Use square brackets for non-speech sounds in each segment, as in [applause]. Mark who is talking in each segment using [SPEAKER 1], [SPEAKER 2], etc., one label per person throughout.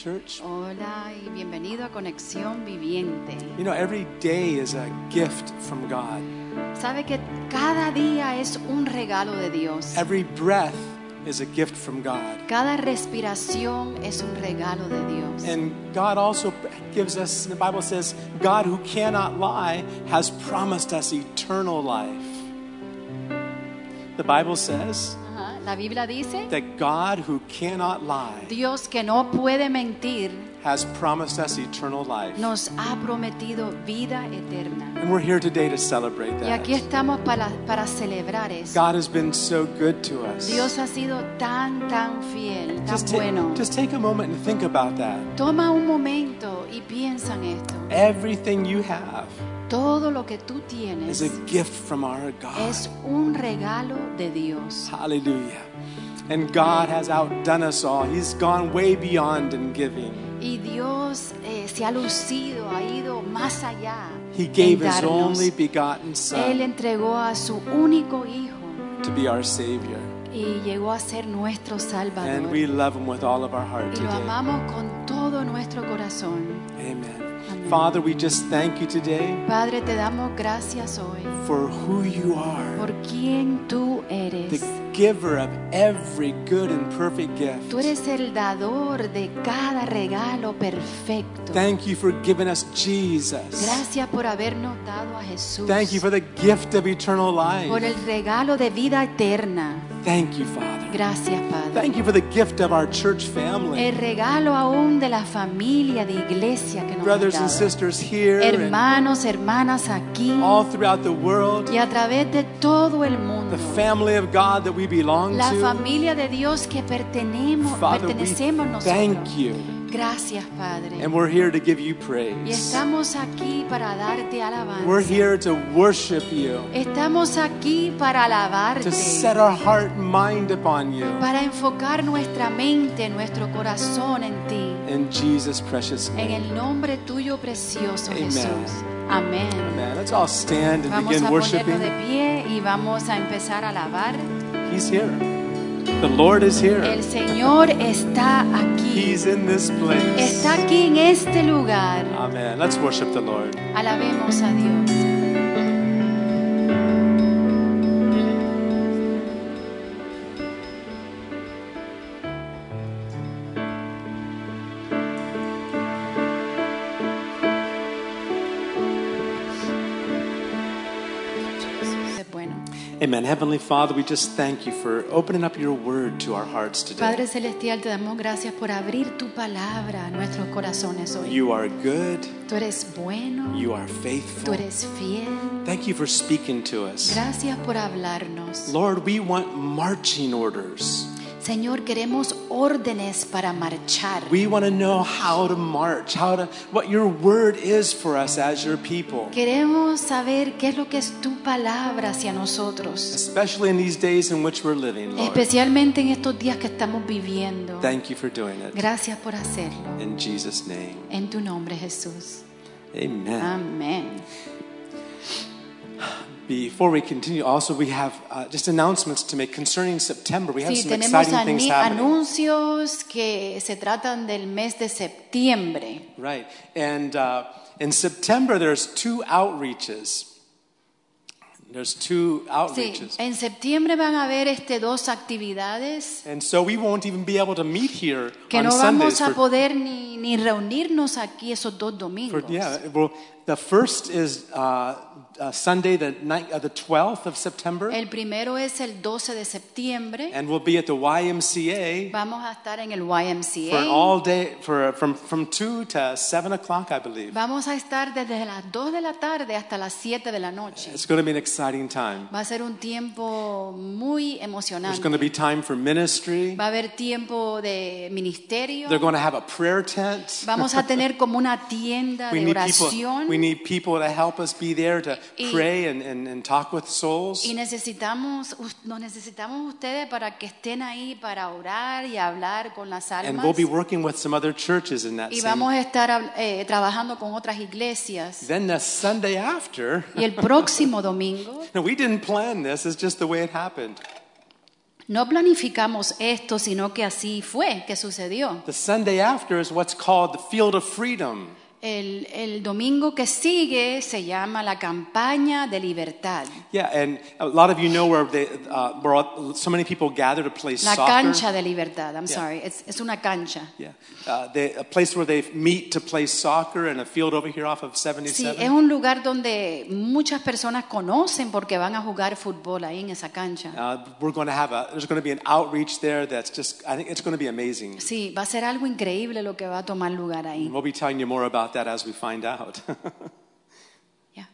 [SPEAKER 1] Church.
[SPEAKER 2] Hola y bienvenido a Conexión Viviente.
[SPEAKER 1] You know, every day is a gift from God.
[SPEAKER 2] Sabe que cada día es un regalo de Dios.
[SPEAKER 1] Every breath is a gift from God.
[SPEAKER 2] Cada respiración es un regalo de Dios.
[SPEAKER 1] And God also gives us, the Bible says, God who cannot lie has promised us eternal life. The Bible says
[SPEAKER 2] Ajá, La Biblia dice,
[SPEAKER 1] that God who cannot lie
[SPEAKER 2] Dios que no puede mentir
[SPEAKER 1] has promised us eternal life.
[SPEAKER 2] nos ha prometido vida eterna.
[SPEAKER 1] And we're here today to celebrate
[SPEAKER 2] Y aquí
[SPEAKER 1] that.
[SPEAKER 2] estamos para, para celebrar eso.
[SPEAKER 1] God has been so good to us.
[SPEAKER 2] Dios ha sido tan, tan fiel, tan
[SPEAKER 1] Just, ta-
[SPEAKER 2] bueno.
[SPEAKER 1] just take a moment and think about that.
[SPEAKER 2] Toma un momento y piensa en esto.
[SPEAKER 1] Everything you have
[SPEAKER 2] Todo lo que tú
[SPEAKER 1] is
[SPEAKER 2] tienes
[SPEAKER 1] a gift from our God.
[SPEAKER 2] es un regalo de Dios.
[SPEAKER 1] Hallelujah. And God has outdone us all. He's gone way beyond in giving.
[SPEAKER 2] Y Dios eh, se ha lucido, ha ido más allá.
[SPEAKER 1] He
[SPEAKER 2] en
[SPEAKER 1] gave His
[SPEAKER 2] darnos.
[SPEAKER 1] only begotten
[SPEAKER 2] Él
[SPEAKER 1] Son
[SPEAKER 2] entregó a su único hijo
[SPEAKER 1] to be our Savior.
[SPEAKER 2] y llegó a ser nuestro
[SPEAKER 1] And
[SPEAKER 2] Salvador.
[SPEAKER 1] we love Him with all of our heart
[SPEAKER 2] y lo
[SPEAKER 1] today.
[SPEAKER 2] amamos con todo nuestro corazón.
[SPEAKER 1] Amen. Father, we just thank you today
[SPEAKER 2] Padre, te damos gracias hoy
[SPEAKER 1] for who you are,
[SPEAKER 2] por quien tú
[SPEAKER 1] the
[SPEAKER 2] eres.
[SPEAKER 1] giver of every good and perfect gift.
[SPEAKER 2] Tú eres el dador de cada regalo perfecto.
[SPEAKER 1] Thank you for giving us Jesus.
[SPEAKER 2] Gracias por habernos dado a Jesús.
[SPEAKER 1] Thank you for the gift of eternal
[SPEAKER 2] por el
[SPEAKER 1] life.
[SPEAKER 2] regalo de vida eterna.
[SPEAKER 1] Thank you, Father.
[SPEAKER 2] Gracias, Padre.
[SPEAKER 1] Thank you for the gift of our church family.
[SPEAKER 2] El regalo aún de la familia de iglesia que nos
[SPEAKER 1] brothers
[SPEAKER 2] has
[SPEAKER 1] and
[SPEAKER 2] dado.
[SPEAKER 1] sisters here and
[SPEAKER 2] Hermanos, hermanas aquí
[SPEAKER 1] all throughout the world,
[SPEAKER 2] y a través de todo el mundo.
[SPEAKER 1] the family of God that we belong
[SPEAKER 2] La
[SPEAKER 1] to.
[SPEAKER 2] familia de Dios que pertenemos,
[SPEAKER 1] Father, we
[SPEAKER 2] pertenecemos nosotros.
[SPEAKER 1] thank you,
[SPEAKER 2] Gracias, Padre.
[SPEAKER 1] and we're here to give you
[SPEAKER 2] Y
[SPEAKER 1] praise.
[SPEAKER 2] estamos aquí para darte
[SPEAKER 1] We're
[SPEAKER 2] alabanza.
[SPEAKER 1] here to worship you,
[SPEAKER 2] Estamos aquí para alabarte.
[SPEAKER 1] to set our heart and mind upon you.
[SPEAKER 2] Para enfocar nuestra mente, nuestro corazón en ti.
[SPEAKER 1] In Jesus' precious
[SPEAKER 2] En
[SPEAKER 1] name.
[SPEAKER 2] el nombre tuyo precioso
[SPEAKER 1] Amen.
[SPEAKER 2] Jesús. Amén.
[SPEAKER 1] Amen. Let's all stand and
[SPEAKER 2] Vamos
[SPEAKER 1] begin
[SPEAKER 2] a ponernos de
[SPEAKER 1] worshiping.
[SPEAKER 2] pie y vamos a empezar a alabar.
[SPEAKER 1] He's here. The Lord is here.
[SPEAKER 2] El Señor está aquí.
[SPEAKER 1] He's in this place.
[SPEAKER 2] Está aquí en este lugar.
[SPEAKER 1] Amen. Let's worship the Lord.
[SPEAKER 2] Alabemos a Dios. Es Bueno,
[SPEAKER 1] Amen. Heavenly Father, we just thank you for opening up your word to our hearts today.
[SPEAKER 2] Padre Celestial, te damos gracias por abrir tu palabra a nuestros corazones hoy.
[SPEAKER 1] You are good.
[SPEAKER 2] Tú eres bueno,
[SPEAKER 1] You are
[SPEAKER 2] tú
[SPEAKER 1] faithful.
[SPEAKER 2] eres fiel.
[SPEAKER 1] Thank you for speaking to us.
[SPEAKER 2] Gracias por hablarnos.
[SPEAKER 1] Lord, we want marching orders.
[SPEAKER 2] Señor, queremos órdenes para marchar.
[SPEAKER 1] We want to know how to march, how to what your word is for us as your people.
[SPEAKER 2] Queremos saber qué es lo que es tu palabra hacia nosotros,
[SPEAKER 1] Especially in these days in which we're living, Lord.
[SPEAKER 2] especialmente en estos días que estamos viviendo.
[SPEAKER 1] Thank you for doing it.
[SPEAKER 2] Gracias por hacerlo.
[SPEAKER 1] In Jesus' name.
[SPEAKER 2] En tu nombre, Jesús. Ah.
[SPEAKER 1] Amen.
[SPEAKER 2] Amén.
[SPEAKER 1] Before we continue, also we have uh, just announcements to make concerning September. We have
[SPEAKER 2] Sí,
[SPEAKER 1] some
[SPEAKER 2] tenemos
[SPEAKER 1] exciting things
[SPEAKER 2] ani-
[SPEAKER 1] happening.
[SPEAKER 2] anuncios que se tratan del mes de septiembre.
[SPEAKER 1] Right. And uh, in September, there's two outreaches. There's two
[SPEAKER 2] Sí, eh.
[SPEAKER 1] outreaches.
[SPEAKER 2] en septiembre van a haber este, dos actividades
[SPEAKER 1] And so we won't even be able to meet here
[SPEAKER 2] que
[SPEAKER 1] on
[SPEAKER 2] no
[SPEAKER 1] Sundays.
[SPEAKER 2] vamos a
[SPEAKER 1] for-
[SPEAKER 2] poder ni, ni reunirnos aquí esos dos
[SPEAKER 1] for-
[SPEAKER 2] domingos.
[SPEAKER 1] yeah, well, the first is uh, uh, Sunday, the, night, uh, the 12th of September,
[SPEAKER 2] El primero es el 12 de septiembre.
[SPEAKER 1] and we'll be at the YMCA
[SPEAKER 2] Vamos a estar en el
[SPEAKER 1] for an
[SPEAKER 2] YMCA.
[SPEAKER 1] all day, for, from, from 2 to 7 o'clock, I believe.
[SPEAKER 2] Vamos a estar desde las 2 de la tarde hasta las 7 de la noche.
[SPEAKER 1] It's going to be an exciting time.
[SPEAKER 2] Va a ser un tiempo muy
[SPEAKER 1] There's going to
[SPEAKER 2] emocionante.
[SPEAKER 1] be time for ministry.
[SPEAKER 2] Va a haber tiempo de ministerio.
[SPEAKER 1] They're going to have a prayer tent.
[SPEAKER 2] Vamos a tener como una tienda
[SPEAKER 1] [laughs] We
[SPEAKER 2] de
[SPEAKER 1] need, people,
[SPEAKER 2] oración
[SPEAKER 1] we need people to help us be there to
[SPEAKER 2] Y-
[SPEAKER 1] pray and, and, and talk with souls.
[SPEAKER 2] y necesitamos, us- nos necesitamos ustedes para que estén ahí para orar y hablar con las
[SPEAKER 1] And
[SPEAKER 2] almas.
[SPEAKER 1] we'll be working with some other churches in that
[SPEAKER 2] Y
[SPEAKER 1] same.
[SPEAKER 2] vamos a estar hab- eh, trabajando con otras iglesias.
[SPEAKER 1] Then the Sunday after, [laughs]
[SPEAKER 2] Y el próximo domingo
[SPEAKER 1] no, we didn't plan this, it's just the way it happened.
[SPEAKER 2] No planificamos esto, sino que así fue, que sucedió.
[SPEAKER 1] The Sunday after is what's called the Field of Freedom.
[SPEAKER 2] El, el domingo que sigue se llama la campaña de libertad.
[SPEAKER 1] Yeah, and a lot of you know where, they, uh, where all, so many people gather to play
[SPEAKER 2] La
[SPEAKER 1] soccer.
[SPEAKER 2] cancha de libertad, I'm
[SPEAKER 1] Yeah.
[SPEAKER 2] sorry, es, es una cancha.
[SPEAKER 1] Yeah, uh, they, a place where they meet to play soccer in a field over here off of
[SPEAKER 2] Sí,
[SPEAKER 1] 77.
[SPEAKER 2] es un lugar donde muchas personas conocen porque van a jugar fútbol ahí en esa cancha.
[SPEAKER 1] Uh, we're going to have a, there's going to be an outreach there that's just, I think it's going to be amazing.
[SPEAKER 2] Sí, va a ser algo increíble lo que va a tomar lugar ahí.
[SPEAKER 1] We'll be telling you more about that as we find out. [laughs]
[SPEAKER 2] Ya.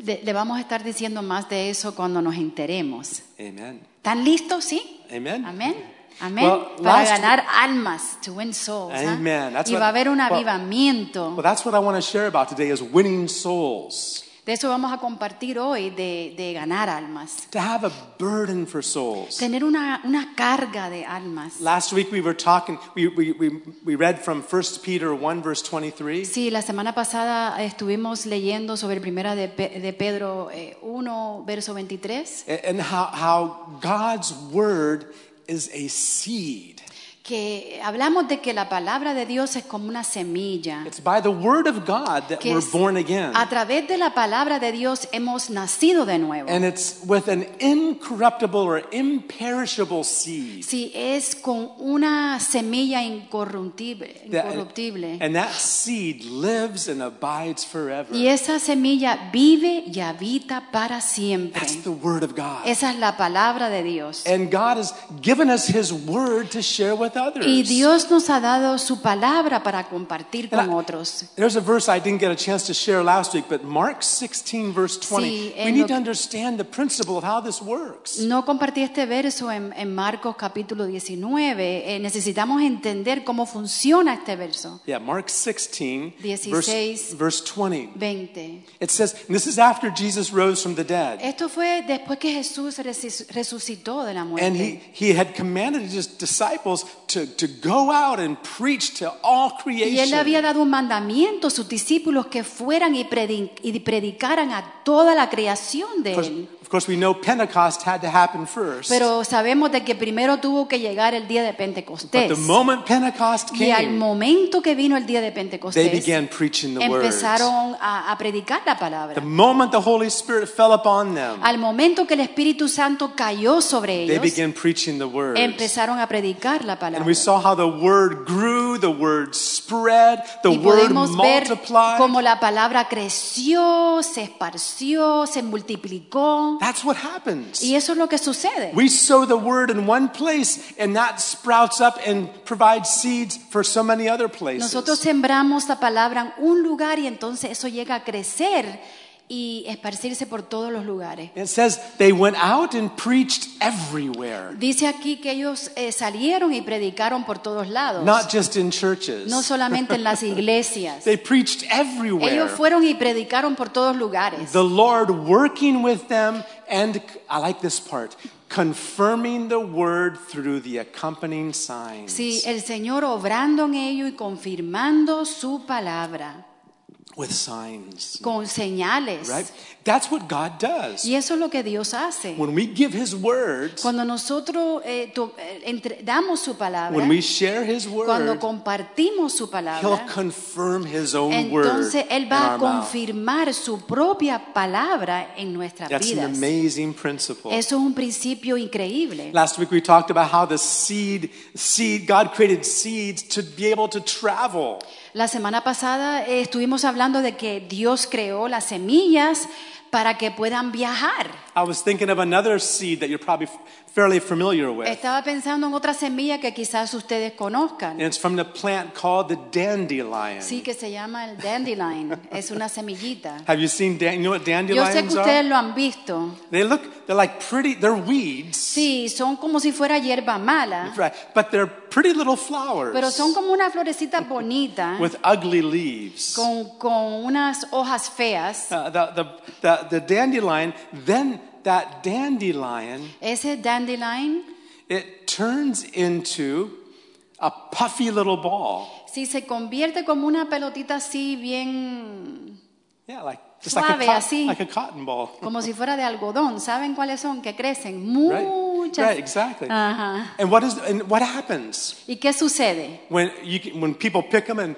[SPEAKER 2] De- le vamos a estar diciendo más de eso cuando nos enteremos.
[SPEAKER 1] Amen.
[SPEAKER 2] ¿Están listos? Sí.
[SPEAKER 1] Amen.
[SPEAKER 2] Amén. Amén.
[SPEAKER 1] Well,
[SPEAKER 2] Para
[SPEAKER 1] last-
[SPEAKER 2] ganar almas, to win souls. ¿ah?
[SPEAKER 1] Amen. That's
[SPEAKER 2] Y
[SPEAKER 1] what-
[SPEAKER 2] va a haber un
[SPEAKER 1] well-
[SPEAKER 2] avivamiento.
[SPEAKER 1] Well, that's what I want to share about today is winning souls.
[SPEAKER 2] de eso vamos a compartir hoy, de, de ganar almas.
[SPEAKER 1] To have a burden for souls.
[SPEAKER 2] Tener una, una carga de almas.
[SPEAKER 1] Last week we were talking, we, we, we, we read from 1 Peter 1 verse 23.
[SPEAKER 2] Sí, la semana pasada estuvimos leyendo sobre Primera de, Pe- de Pedro eh, 1, verso 23,
[SPEAKER 1] A- and how, how God's word is a seed.
[SPEAKER 2] que hablamos de que la palabra de Dios es como una semilla.
[SPEAKER 1] It's by the word of God that
[SPEAKER 2] que
[SPEAKER 1] we're
[SPEAKER 2] es-
[SPEAKER 1] born again.
[SPEAKER 2] a través de la palabra de Dios hemos nacido de nuevo.
[SPEAKER 1] And it's with an incorruptible or imperishable seed.
[SPEAKER 2] Sí, es con una semilla incorruptible.
[SPEAKER 1] That-
[SPEAKER 2] incorruptible.
[SPEAKER 1] and that seed lives and abides forever.
[SPEAKER 2] y esa semilla vive y habita para siempre.
[SPEAKER 1] That's the word of God.
[SPEAKER 2] Esa es la palabra de Dios.
[SPEAKER 1] And God has given us His word to share with others.
[SPEAKER 2] Y Dios nos ha dado su palabra para compartir con
[SPEAKER 1] And I-
[SPEAKER 2] otros.
[SPEAKER 1] There's a verse I didn't get a chance to share last week, but Mark 16, verse 20.
[SPEAKER 2] Sí,
[SPEAKER 1] we
[SPEAKER 2] en
[SPEAKER 1] need
[SPEAKER 2] lo
[SPEAKER 1] to
[SPEAKER 2] que- Mm.
[SPEAKER 1] understand the principle of how this works.
[SPEAKER 2] No compartí este verso en, en Marcos capítulo 19. Eh, necesitamos entender cómo funciona este verso.
[SPEAKER 1] Yeah, Mark 16, verse,
[SPEAKER 2] 16.
[SPEAKER 1] verse 20.
[SPEAKER 2] 20.
[SPEAKER 1] It says, and this is after Jesus rose from the dead.
[SPEAKER 2] Esto fue después que Jesús resuc- resucitó de la
[SPEAKER 1] And he,
[SPEAKER 2] muerte.
[SPEAKER 1] he had commanded his disciples to, to go out and preach to all
[SPEAKER 2] Y él le
[SPEAKER 1] creation.
[SPEAKER 2] había dado un mandamiento a sus discípulos que fueran y, predi- y predicaran a toda la creación de
[SPEAKER 1] Of course,
[SPEAKER 2] él.
[SPEAKER 1] of course, we know Pentecost had to happen first.
[SPEAKER 2] Pero sabemos de que primero tuvo que llegar el día de
[SPEAKER 1] but the
[SPEAKER 2] Pentecostés.
[SPEAKER 1] moment Pentecost
[SPEAKER 2] Y al
[SPEAKER 1] came,
[SPEAKER 2] momento que vino el día de
[SPEAKER 1] they
[SPEAKER 2] Pentecostés,
[SPEAKER 1] began preaching the word.
[SPEAKER 2] empezaron a, a predicar la
[SPEAKER 1] The
[SPEAKER 2] palabra.
[SPEAKER 1] moment the Holy Spirit fell upon them,
[SPEAKER 2] Al momento que el Espíritu Santo cayó sobre
[SPEAKER 1] they
[SPEAKER 2] ellos,
[SPEAKER 1] began preaching the word.
[SPEAKER 2] empezaron a predicar la
[SPEAKER 1] And
[SPEAKER 2] palabra.
[SPEAKER 1] we saw how the word grew, the word spread, the
[SPEAKER 2] y
[SPEAKER 1] word
[SPEAKER 2] podemos ver
[SPEAKER 1] multiplied.
[SPEAKER 2] cómo la palabra creció, se esparció, se multiplicó.
[SPEAKER 1] That's what happens.
[SPEAKER 2] Y eso es lo que sucede.
[SPEAKER 1] We sow the word in one place, and that sprouts up and provides seeds for so many other places.
[SPEAKER 2] Nosotros sembramos la palabra en un lugar y entonces eso llega a crecer y esparcirse por todos los lugares.
[SPEAKER 1] it says they went out and preached everywhere,
[SPEAKER 2] Dice aquí que ellos eh, salieron y predicaron por todos lados,
[SPEAKER 1] not just in churches.
[SPEAKER 2] no solamente
[SPEAKER 1] [laughs]
[SPEAKER 2] en las iglesias.
[SPEAKER 1] They preached everywhere.
[SPEAKER 2] Ellos fueron y predicaron por todos lugares.
[SPEAKER 1] the Lord working with them, and I like this part confirming the word through the accompanying signs.
[SPEAKER 2] Sí, eh- el Señor obrando en ello y confirmando su palabra
[SPEAKER 1] with signs,
[SPEAKER 2] con señales.
[SPEAKER 1] right? That's what God does.
[SPEAKER 2] Y eso es lo que Dios hace.
[SPEAKER 1] When we give His word,
[SPEAKER 2] Cuando nosotros eh, to- eh, entre- damos su palabra,
[SPEAKER 1] when we share His
[SPEAKER 2] cuando
[SPEAKER 1] word,
[SPEAKER 2] compartimos su
[SPEAKER 1] He'll
[SPEAKER 2] palabra,
[SPEAKER 1] confirm His own word.
[SPEAKER 2] entonces Él
[SPEAKER 1] in
[SPEAKER 2] va a
[SPEAKER 1] our mouth.
[SPEAKER 2] confirmar su propia palabra en nuestras
[SPEAKER 1] That's an
[SPEAKER 2] vidas.
[SPEAKER 1] amazing principle.
[SPEAKER 2] Eso es un principio increíble.
[SPEAKER 1] Last week we talked about how the seed, seed, God created seeds to be able to travel.
[SPEAKER 2] La semana pasada eh, estuvimos hablando de que Dios creó las semillas para que puedan viajar.
[SPEAKER 1] I was thinking of another seed that you're probably fairly familiar with.
[SPEAKER 2] Estaba pensando en otra semilla que quizás ustedes
[SPEAKER 1] And
[SPEAKER 2] conozcan.
[SPEAKER 1] it's from the plant called the dandelion.
[SPEAKER 2] Sí, que se llama el dandelion. Es
[SPEAKER 1] [laughs]
[SPEAKER 2] una semillita.
[SPEAKER 1] Have you seen dan- you know what
[SPEAKER 2] Yo
[SPEAKER 1] dandelions
[SPEAKER 2] sé que
[SPEAKER 1] are?
[SPEAKER 2] ustedes lo han visto.
[SPEAKER 1] They look they're like pretty they're weeds.
[SPEAKER 2] Sí, son como si fuera hierba mala,
[SPEAKER 1] Right. But they're pretty little flowers
[SPEAKER 2] pero son como una florecita bonita
[SPEAKER 1] with ugly leaves.
[SPEAKER 2] con, con unas hojas feas.
[SPEAKER 1] Uh, the, the, the, the dandelion, then that dandelion,
[SPEAKER 2] Ese dandelion
[SPEAKER 1] it turns into a puffy little ball.
[SPEAKER 2] sí se convierte como una pelotita así bien
[SPEAKER 1] Yeah, like just like,
[SPEAKER 2] Suave,
[SPEAKER 1] a cotton,
[SPEAKER 2] así.
[SPEAKER 1] like a cotton ball.
[SPEAKER 2] como si fuera de algodón. ¿Saben cuáles son? Que crecen
[SPEAKER 1] Right?
[SPEAKER 2] mucho escuchas?
[SPEAKER 1] Right, exactly.
[SPEAKER 2] Ajá.
[SPEAKER 1] And what is and what happens
[SPEAKER 2] ¿Y qué sucede?
[SPEAKER 1] when you can- when people pick them and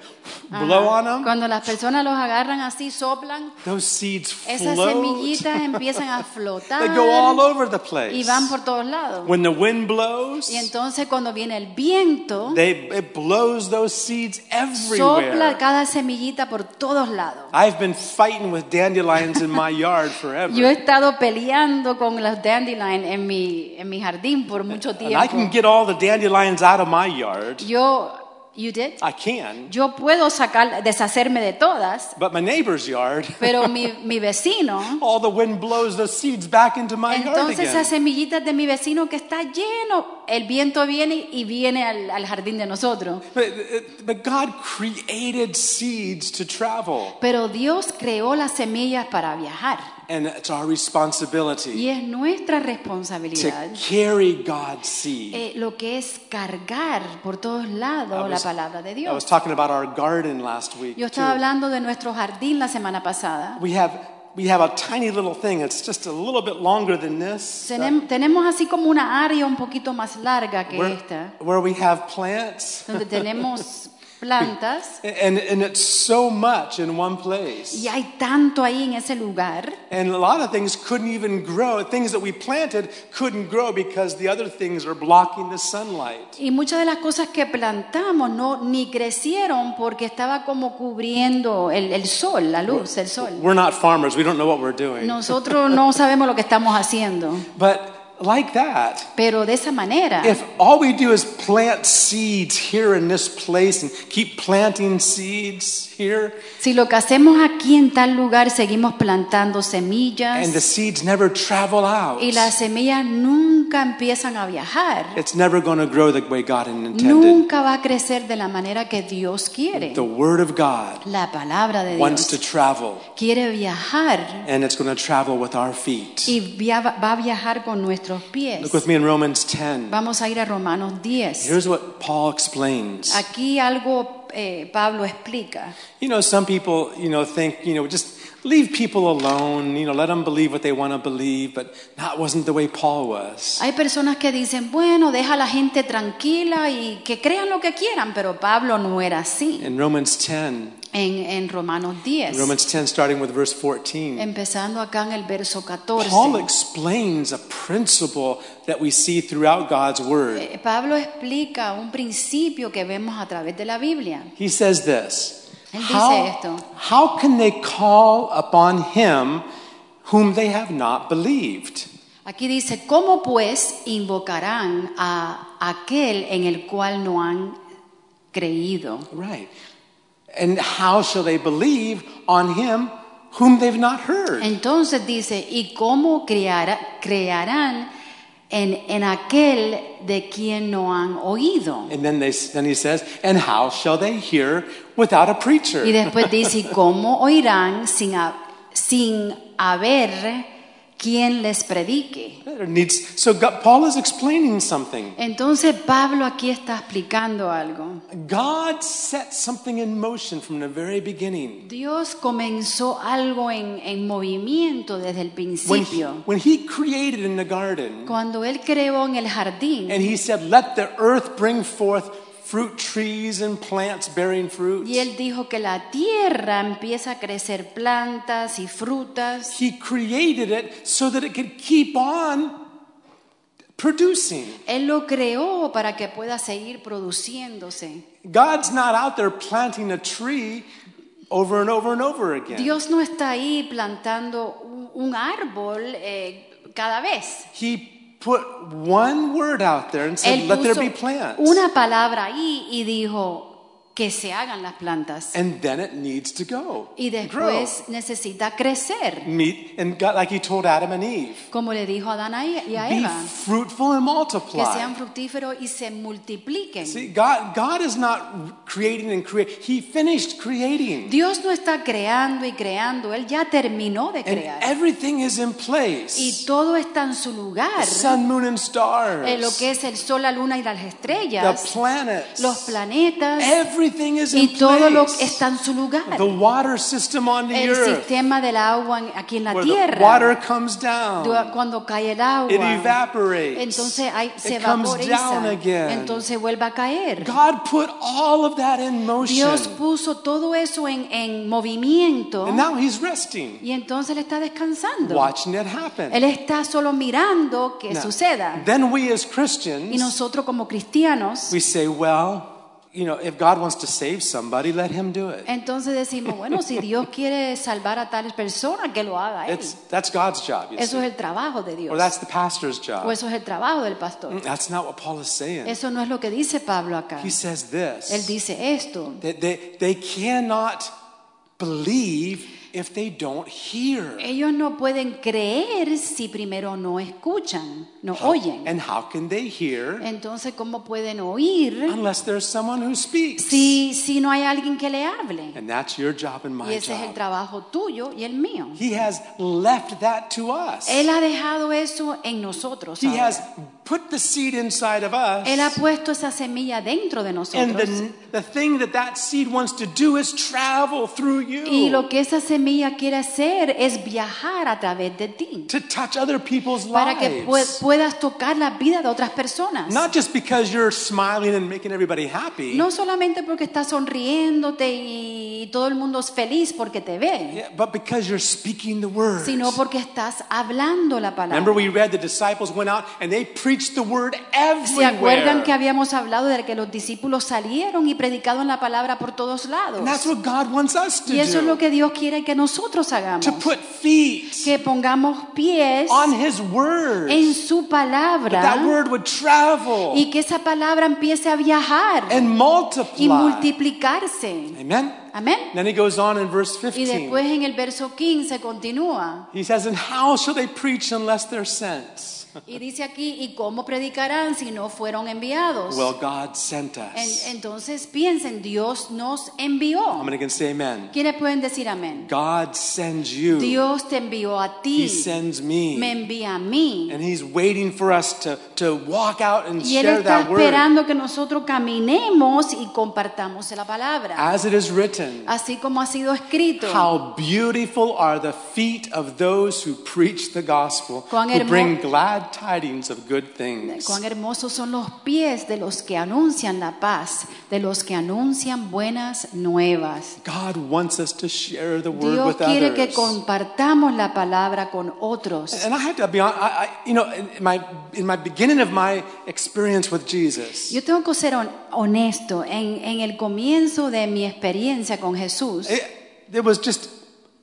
[SPEAKER 1] blow
[SPEAKER 2] Ajá.
[SPEAKER 1] on 'em. them?
[SPEAKER 2] Cuando las personas los agarran así, soplan,
[SPEAKER 1] Those seeds
[SPEAKER 2] esas
[SPEAKER 1] float. [laughs]
[SPEAKER 2] semillitas empiezan a
[SPEAKER 1] They go all
[SPEAKER 2] flotar
[SPEAKER 1] over the
[SPEAKER 2] y
[SPEAKER 1] place.
[SPEAKER 2] van por todos lados.
[SPEAKER 1] When the wind blows,
[SPEAKER 2] Y entonces cuando viene el viento,
[SPEAKER 1] they it blows those seeds
[SPEAKER 2] sopla
[SPEAKER 1] everywhere.
[SPEAKER 2] cada semillita por todos lados.
[SPEAKER 1] I've been fighting with dandelions in my yard
[SPEAKER 2] Yo he
[SPEAKER 1] forever.
[SPEAKER 2] estado peleando con los dandelion en mi, en mi jardín por mucho
[SPEAKER 1] And I can
[SPEAKER 2] tiempo.
[SPEAKER 1] get all the dandelions out of my yard.
[SPEAKER 2] Yo, you did?
[SPEAKER 1] I can.
[SPEAKER 2] Yo puedo sacar, deshacerme de todas,
[SPEAKER 1] But my neighbor's yard,
[SPEAKER 2] pero mi, mi vecino,
[SPEAKER 1] [laughs] all the wind blows those seeds back into my yard
[SPEAKER 2] entonces esas
[SPEAKER 1] again.
[SPEAKER 2] semillitas de mi vecino que está lleno, el viento viene y viene al, al jardín de nosotros.
[SPEAKER 1] But, but God created seeds to travel,
[SPEAKER 2] Pero Dios creó las semillas para viajar
[SPEAKER 1] and it's our responsibility
[SPEAKER 2] y es nuestra
[SPEAKER 1] to
[SPEAKER 2] responsabilidad.
[SPEAKER 1] carry God's seed.
[SPEAKER 2] eh, lo que es cargar por todos
[SPEAKER 1] I
[SPEAKER 2] lados la
[SPEAKER 1] was-
[SPEAKER 2] palabra de
[SPEAKER 1] I was
[SPEAKER 2] Dios.
[SPEAKER 1] talking about our garden last week. too.
[SPEAKER 2] Yo estaba hablando de nuestro jardín la semana pasada.
[SPEAKER 1] We have we have a tiny little thing. It's just a little bit longer than this.
[SPEAKER 2] Tenem- tenemos así como una área un poquito más larga que
[SPEAKER 1] where,
[SPEAKER 2] esta,
[SPEAKER 1] where we have plants, [laughs]
[SPEAKER 2] donde tenemos plantas
[SPEAKER 1] and and it's so much in one place.
[SPEAKER 2] y hay tanto ahí en ese lugar
[SPEAKER 1] And a lot of things couldn't even grow. Things that we planted couldn't grow because the other things are blocking the sunlight.
[SPEAKER 2] y muchas de las cosas que plantamos no ni crecieron porque estaba como cubriendo el, el sol, la luz, el sol.
[SPEAKER 1] We're not farmers. We don't know what we're doing.
[SPEAKER 2] Nosotros no sabemos lo que estamos haciendo,
[SPEAKER 1] But like that,
[SPEAKER 2] pero de esa manera
[SPEAKER 1] if all we do is plant seeds here in this place and keep planting seeds here,
[SPEAKER 2] Si lo que hacemos aquí en tal lugar seguimos plantando semillas
[SPEAKER 1] and the seeds never travel out,
[SPEAKER 2] y las semillas nunca empiezan a viajar,
[SPEAKER 1] it's never going to grow the way God intended.
[SPEAKER 2] nunca va a crecer de la manera que Dios quiere.
[SPEAKER 1] The Word of God
[SPEAKER 2] La palabra de
[SPEAKER 1] wants to
[SPEAKER 2] Dios
[SPEAKER 1] travel,
[SPEAKER 2] quiere viajar
[SPEAKER 1] and it's going to travel with our feet.
[SPEAKER 2] y via- va a viajar con nuestros pies.
[SPEAKER 1] Look with me in Romans 10.
[SPEAKER 2] Vamos a ir a Romanos 10.
[SPEAKER 1] Here's what Paul explains.
[SPEAKER 2] Aquí algo eh, Pablo explica.
[SPEAKER 1] You know, some people, you know, think, you know, just leave people alone, you know, let them believe what they want to believe, but that wasn't the way Paul was.
[SPEAKER 2] Hay personas que dicen, bueno, deja a la gente tranquila y que crean lo que quieran, pero Pablo no era así.
[SPEAKER 1] In Romans 10,
[SPEAKER 2] en, en Romanos 10,
[SPEAKER 1] Romans 10, starting with verse 14,
[SPEAKER 2] empezando acá en el verso
[SPEAKER 1] Paul
[SPEAKER 2] 14.
[SPEAKER 1] explains a principle that we see throughout God's word.
[SPEAKER 2] Eh, Pablo explica un principio que vemos a través de la Biblia.
[SPEAKER 1] He says this
[SPEAKER 2] Él dice
[SPEAKER 1] how,
[SPEAKER 2] esto.
[SPEAKER 1] how can they call upon him whom they have not believed?
[SPEAKER 2] Aquí dice, ¿cómo pues invocarán a aquel en el cual no han creído?
[SPEAKER 1] Right. And how shall they believe on him whom they've not heard?
[SPEAKER 2] Entonces dice, ¿y cómo creará- crearán en, en aquel de quien no han oído?
[SPEAKER 1] And then, they, then he says, and how shall they hear without a
[SPEAKER 2] Y
[SPEAKER 1] preacher?
[SPEAKER 2] después
[SPEAKER 1] [laughs]
[SPEAKER 2] dice, "¿Y ¿cómo oirán sin, ha- sin haber quien les predique?
[SPEAKER 1] There needs, so God, Paul is explaining something.
[SPEAKER 2] Entonces Pablo aquí está explicando algo.
[SPEAKER 1] God set something in motion from the very beginning.
[SPEAKER 2] Dios comenzó algo en, en movimiento desde el
[SPEAKER 1] When he,
[SPEAKER 2] principio.
[SPEAKER 1] when he created in the garden,
[SPEAKER 2] Cuando Él creó en el jardín
[SPEAKER 1] and he said, let the earth bring forth fruit trees and plants bearing fruit.
[SPEAKER 2] y Él dijo que la tierra empieza a crecer plantas y frutas,
[SPEAKER 1] He created it so that it could keep on producing.
[SPEAKER 2] Él lo creó para que pueda seguir produciéndose.
[SPEAKER 1] God's not out there planting a tree over and over and over again.
[SPEAKER 2] Dios no está ahí plantando un, un árbol eh, cada vez.
[SPEAKER 1] He put one word out there and said,
[SPEAKER 2] Él
[SPEAKER 1] Let there
[SPEAKER 2] puso
[SPEAKER 1] be plants.
[SPEAKER 2] una palabra ahí y dijo que se hagan las plantas.
[SPEAKER 1] And then it needs to go.
[SPEAKER 2] Y
[SPEAKER 1] grow.
[SPEAKER 2] después necesita crecer,
[SPEAKER 1] Meet, and God, like he told Adam and Eve,
[SPEAKER 2] como le dijo Adán a E- y a
[SPEAKER 1] be
[SPEAKER 2] Eva,
[SPEAKER 1] fruitful and
[SPEAKER 2] que sean
[SPEAKER 1] multiply.
[SPEAKER 2] fructíferos y se multipliquen.
[SPEAKER 1] See, God, God is not creating and create. He finished creating.
[SPEAKER 2] Dios no está creando y creando, Él ya terminó de
[SPEAKER 1] And
[SPEAKER 2] crear.
[SPEAKER 1] everything is in
[SPEAKER 2] Y
[SPEAKER 1] place.
[SPEAKER 2] todo está en su lugar,
[SPEAKER 1] Sun, moon, and stars.
[SPEAKER 2] en lo que es el sol, la luna y las
[SPEAKER 1] the
[SPEAKER 2] estrellas,
[SPEAKER 1] planets.
[SPEAKER 2] los planetas,
[SPEAKER 1] Everything is in
[SPEAKER 2] y todo lo que
[SPEAKER 1] place.
[SPEAKER 2] está en su lugar.
[SPEAKER 1] The water system on the
[SPEAKER 2] El
[SPEAKER 1] earth,
[SPEAKER 2] sistema del agua en- aquí en la
[SPEAKER 1] where the water
[SPEAKER 2] tierra,
[SPEAKER 1] comes down,
[SPEAKER 2] du- cuando cae el
[SPEAKER 1] it
[SPEAKER 2] agua,
[SPEAKER 1] evaporates.
[SPEAKER 2] entonces hay- se
[SPEAKER 1] it comes
[SPEAKER 2] vaporiza,
[SPEAKER 1] down again.
[SPEAKER 2] entonces vuelve a caer.
[SPEAKER 1] God put all of that in motion,
[SPEAKER 2] Dios puso todo eso en, en movimiento
[SPEAKER 1] and now He's resting,
[SPEAKER 2] y entonces Él está descansando.
[SPEAKER 1] watching it happen.
[SPEAKER 2] Él está solo mirando que
[SPEAKER 1] Now,
[SPEAKER 2] suceda.
[SPEAKER 1] Then we as
[SPEAKER 2] Y
[SPEAKER 1] Christians,
[SPEAKER 2] nosotros como cristianos,
[SPEAKER 1] we say, well, you know, if God wants to save somebody, let Him do it.
[SPEAKER 2] entonces decimos, bueno, si Dios quiere salvar a tales personas, que lo haga Él.
[SPEAKER 1] It's, that's God's job, you
[SPEAKER 2] Eso
[SPEAKER 1] see.
[SPEAKER 2] es el trabajo de
[SPEAKER 1] or
[SPEAKER 2] Dios.
[SPEAKER 1] that's the Mm. pastor's job.
[SPEAKER 2] O eso es el trabajo del pastor.
[SPEAKER 1] That's not what Paul is saying.
[SPEAKER 2] Eso no es lo que dice Pablo acá.
[SPEAKER 1] He says this.
[SPEAKER 2] Él dice esto.
[SPEAKER 1] that they, they cannot believe if they don't hear.
[SPEAKER 2] Ellos no pueden creer si primero no escuchan, no oyen.
[SPEAKER 1] And how can they hear
[SPEAKER 2] Entonces, ¿cómo pueden oír
[SPEAKER 1] unless there's someone who speaks?
[SPEAKER 2] si, si no hay alguien que le hable?
[SPEAKER 1] And that's your job and
[SPEAKER 2] Y
[SPEAKER 1] my
[SPEAKER 2] ese es el
[SPEAKER 1] job.
[SPEAKER 2] trabajo tuyo y el mío.
[SPEAKER 1] He has left that to us.
[SPEAKER 2] Él ha dejado eso en nosotros.
[SPEAKER 1] He
[SPEAKER 2] ahora.
[SPEAKER 1] has put the seed inside of us.
[SPEAKER 2] Él ha puesto esa semilla dentro de
[SPEAKER 1] And
[SPEAKER 2] nosotros.
[SPEAKER 1] the, the thing that that seed wants to do is travel through
[SPEAKER 2] Y lo
[SPEAKER 1] you
[SPEAKER 2] que esa semilla quiere hacer es viajar a través de ti
[SPEAKER 1] to touch other people's
[SPEAKER 2] para que pue-
[SPEAKER 1] lives.
[SPEAKER 2] puedas tocar la vida de otras personas.
[SPEAKER 1] Not just because you're smiling and making everybody happy.
[SPEAKER 2] No solamente porque estás sonriéndote y todo el mundo es feliz porque te ve,
[SPEAKER 1] Yeah, but because you're speaking the word.
[SPEAKER 2] sino porque estás hablando la
[SPEAKER 1] Remember,
[SPEAKER 2] palabra.
[SPEAKER 1] we read the disciples went out and they preached the word
[SPEAKER 2] ¿Se acuerdan
[SPEAKER 1] everywhere.
[SPEAKER 2] que habíamos hablado de que los discípulos salieron y predicaron la palabra por todos
[SPEAKER 1] And that's
[SPEAKER 2] lados?
[SPEAKER 1] what God wants us to
[SPEAKER 2] Y eso es lo
[SPEAKER 1] do.
[SPEAKER 2] que Dios quiere que nosotros hagamos,
[SPEAKER 1] To put feet
[SPEAKER 2] que pongamos pies
[SPEAKER 1] on His word.
[SPEAKER 2] en su
[SPEAKER 1] That
[SPEAKER 2] palabra
[SPEAKER 1] word would travel
[SPEAKER 2] y que esa palabra empiece a viajar
[SPEAKER 1] and
[SPEAKER 2] y
[SPEAKER 1] multiply.
[SPEAKER 2] multiplicarse.
[SPEAKER 1] Amen.
[SPEAKER 2] Amén.
[SPEAKER 1] Then he goes on in verse
[SPEAKER 2] Y
[SPEAKER 1] 15.
[SPEAKER 2] después en el verso 15 continúa.
[SPEAKER 1] He says, And how shall they preach unless they're sent?
[SPEAKER 2] Y dice aquí, ¿y cómo predicarán si no fueron enviados?
[SPEAKER 1] Well, God sent us.
[SPEAKER 2] En- entonces piensen, Dios nos
[SPEAKER 1] How
[SPEAKER 2] envió.
[SPEAKER 1] many can say amen?
[SPEAKER 2] ¿Quiénes pueden decir amén?
[SPEAKER 1] God sends you,
[SPEAKER 2] Dios te envió a
[SPEAKER 1] He
[SPEAKER 2] ti,
[SPEAKER 1] sends
[SPEAKER 2] me
[SPEAKER 1] me.
[SPEAKER 2] envía a mí.
[SPEAKER 1] And He's waiting for us to, to walk out and
[SPEAKER 2] Y Él
[SPEAKER 1] share
[SPEAKER 2] está
[SPEAKER 1] that word.
[SPEAKER 2] esperando que nosotros caminemos y compartamos la palabra,
[SPEAKER 1] As it is written,
[SPEAKER 2] así como ha sido escrito.
[SPEAKER 1] how beautiful are the feet of those who preach the gospel,
[SPEAKER 2] Cuán
[SPEAKER 1] who
[SPEAKER 2] hermo-
[SPEAKER 1] bring glad tidings of good things.
[SPEAKER 2] Cuán hermosos son los pies de los que anuncian la paz, de los que anuncian buenas nuevas.
[SPEAKER 1] God wants us to share the word
[SPEAKER 2] Dios
[SPEAKER 1] with
[SPEAKER 2] quiere que
[SPEAKER 1] others.
[SPEAKER 2] compartamos la palabra con otros.
[SPEAKER 1] And I have to be honest, I, I, you know, in my, in my beginning of my experience with Jesus,
[SPEAKER 2] Yo tengo que ser hon- honesto. En, en el comienzo de mi experiencia con Jesús,
[SPEAKER 1] it, it was just,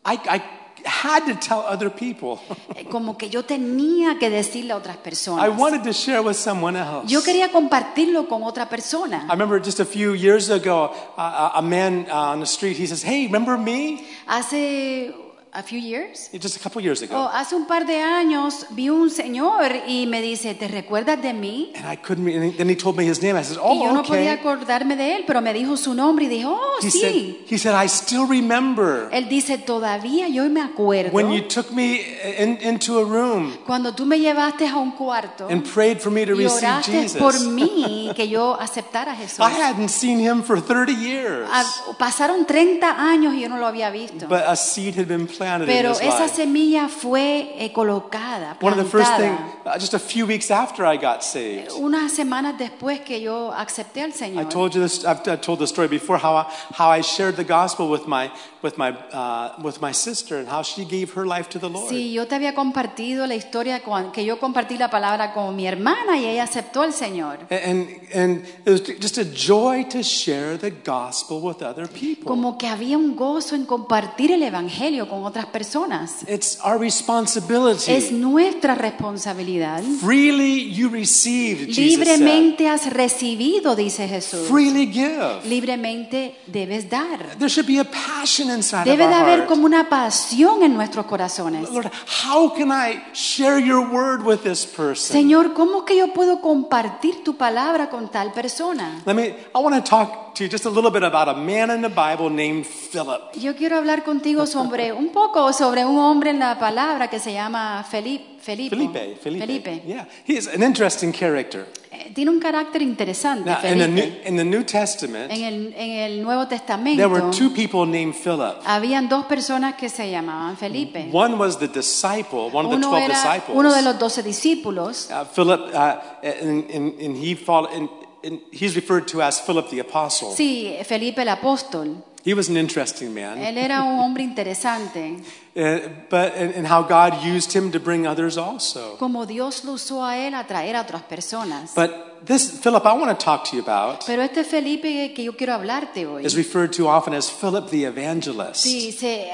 [SPEAKER 1] I, I had to tell other people.
[SPEAKER 2] eh, como que yo tenía que decirle a otras
[SPEAKER 1] I
[SPEAKER 2] personas.
[SPEAKER 1] wanted to share with someone else.
[SPEAKER 2] Yo quería compartirlo con otra
[SPEAKER 1] I
[SPEAKER 2] persona.
[SPEAKER 1] remember just a few years ago, uh, a man uh, on the street, he says, hey, remember me?
[SPEAKER 2] Hace a few years.
[SPEAKER 1] Just a couple years ago.
[SPEAKER 2] o Oh, hace un par de años vi un señor y me dice, ¿te recuerdas de mí?
[SPEAKER 1] And I couldn't. re- And he- then he told me his name. I said,
[SPEAKER 2] y yo
[SPEAKER 1] "Oh,
[SPEAKER 2] no podía
[SPEAKER 1] okay."
[SPEAKER 2] acordarme de él, pero me dijo su nombre y dije, oh,
[SPEAKER 1] He said,
[SPEAKER 2] sí.
[SPEAKER 1] "He said I still remember
[SPEAKER 2] Él dice, todavía yo me acuerdo
[SPEAKER 1] when you took me in, into a room
[SPEAKER 2] cuando tú me llevaste a un cuarto
[SPEAKER 1] and prayed for me to
[SPEAKER 2] y
[SPEAKER 1] receive
[SPEAKER 2] oraste por
[SPEAKER 1] Jesus.
[SPEAKER 2] mí que yo aceptara a
[SPEAKER 1] [laughs]
[SPEAKER 2] Jesús.
[SPEAKER 1] I hadn't seen him for 30 years,
[SPEAKER 2] Ah, Pasaron 30 años y yo no lo había visto.
[SPEAKER 1] but a seed had been planted in
[SPEAKER 2] Pero
[SPEAKER 1] his
[SPEAKER 2] esa
[SPEAKER 1] life.
[SPEAKER 2] semilla fue eh, colocada,
[SPEAKER 1] One of the first thing,
[SPEAKER 2] plantada.
[SPEAKER 1] uh, just a few weeks after I got saved,
[SPEAKER 2] Unas semanas después que yo acepté al
[SPEAKER 1] I
[SPEAKER 2] Señor.
[SPEAKER 1] told you this. I've, I've told the story before how I, how I shared the gospel with my with my uh, with my sister and how she gave her life to the Lord.
[SPEAKER 2] Sí, yo te había compartido la historia cuan- que yo compartí la palabra con mi hermana y ella aceptó al Señor.
[SPEAKER 1] And, and it was just a joy to share the gospel with other people.
[SPEAKER 2] Como que había un gozo en compartir el evangelio con otras personas.
[SPEAKER 1] It's our
[SPEAKER 2] Es
[SPEAKER 1] responsibility.
[SPEAKER 2] nuestra responsabilidad.
[SPEAKER 1] Freely you received, Jesus said.
[SPEAKER 2] Libremente has recibido, dice Jesús.
[SPEAKER 1] Freely give.
[SPEAKER 2] Libremente debes dar.
[SPEAKER 1] There should be a passion inside
[SPEAKER 2] Debe
[SPEAKER 1] of
[SPEAKER 2] de
[SPEAKER 1] our
[SPEAKER 2] haber
[SPEAKER 1] heart.
[SPEAKER 2] como una pasión en nuestros corazones.
[SPEAKER 1] Lord, how can I share your word with this person?
[SPEAKER 2] Señor, ¿cómo es que yo puedo compartir tu palabra con tal persona?
[SPEAKER 1] Let me, I want to talk to you just a little bit about a man in the Bible named Philip.
[SPEAKER 2] Yo quiero hablar contigo sobre un poco sobre un hombre en la palabra que se llama Felipe. Felipe.
[SPEAKER 1] Felipe, Felipe.
[SPEAKER 2] Felipe.
[SPEAKER 1] Yeah, he's an interesting character.
[SPEAKER 2] eh, tiene un carácter interesante.
[SPEAKER 1] Now, in the, New,
[SPEAKER 2] Felipe.
[SPEAKER 1] in the New Testament,
[SPEAKER 2] En el, en el Nuevo
[SPEAKER 1] there were
[SPEAKER 2] Testamento
[SPEAKER 1] two people named Philip.
[SPEAKER 2] habían dos personas que se llamaban Felipe.
[SPEAKER 1] One was the disciple, one of the
[SPEAKER 2] Uno
[SPEAKER 1] 12
[SPEAKER 2] era
[SPEAKER 1] disciples.
[SPEAKER 2] uno de los doce discípulos
[SPEAKER 1] Uh, Philip, uh, and, and, and he followed, and, and he's referred to as Philip the Apostle.
[SPEAKER 2] Sí, Felipe el apóstol.
[SPEAKER 1] He was an interesting man,
[SPEAKER 2] Él era un hombre interesante.
[SPEAKER 1] uh, but and, and how God used him to bring others also.
[SPEAKER 2] Como Dios lo usó a él a traer a otras personas.
[SPEAKER 1] But this Philip, I want to talk to you about,
[SPEAKER 2] Pero este Felipe que yo quiero hablarte hoy,
[SPEAKER 1] is referred to often as Philip the Evangelist.
[SPEAKER 2] sí, se-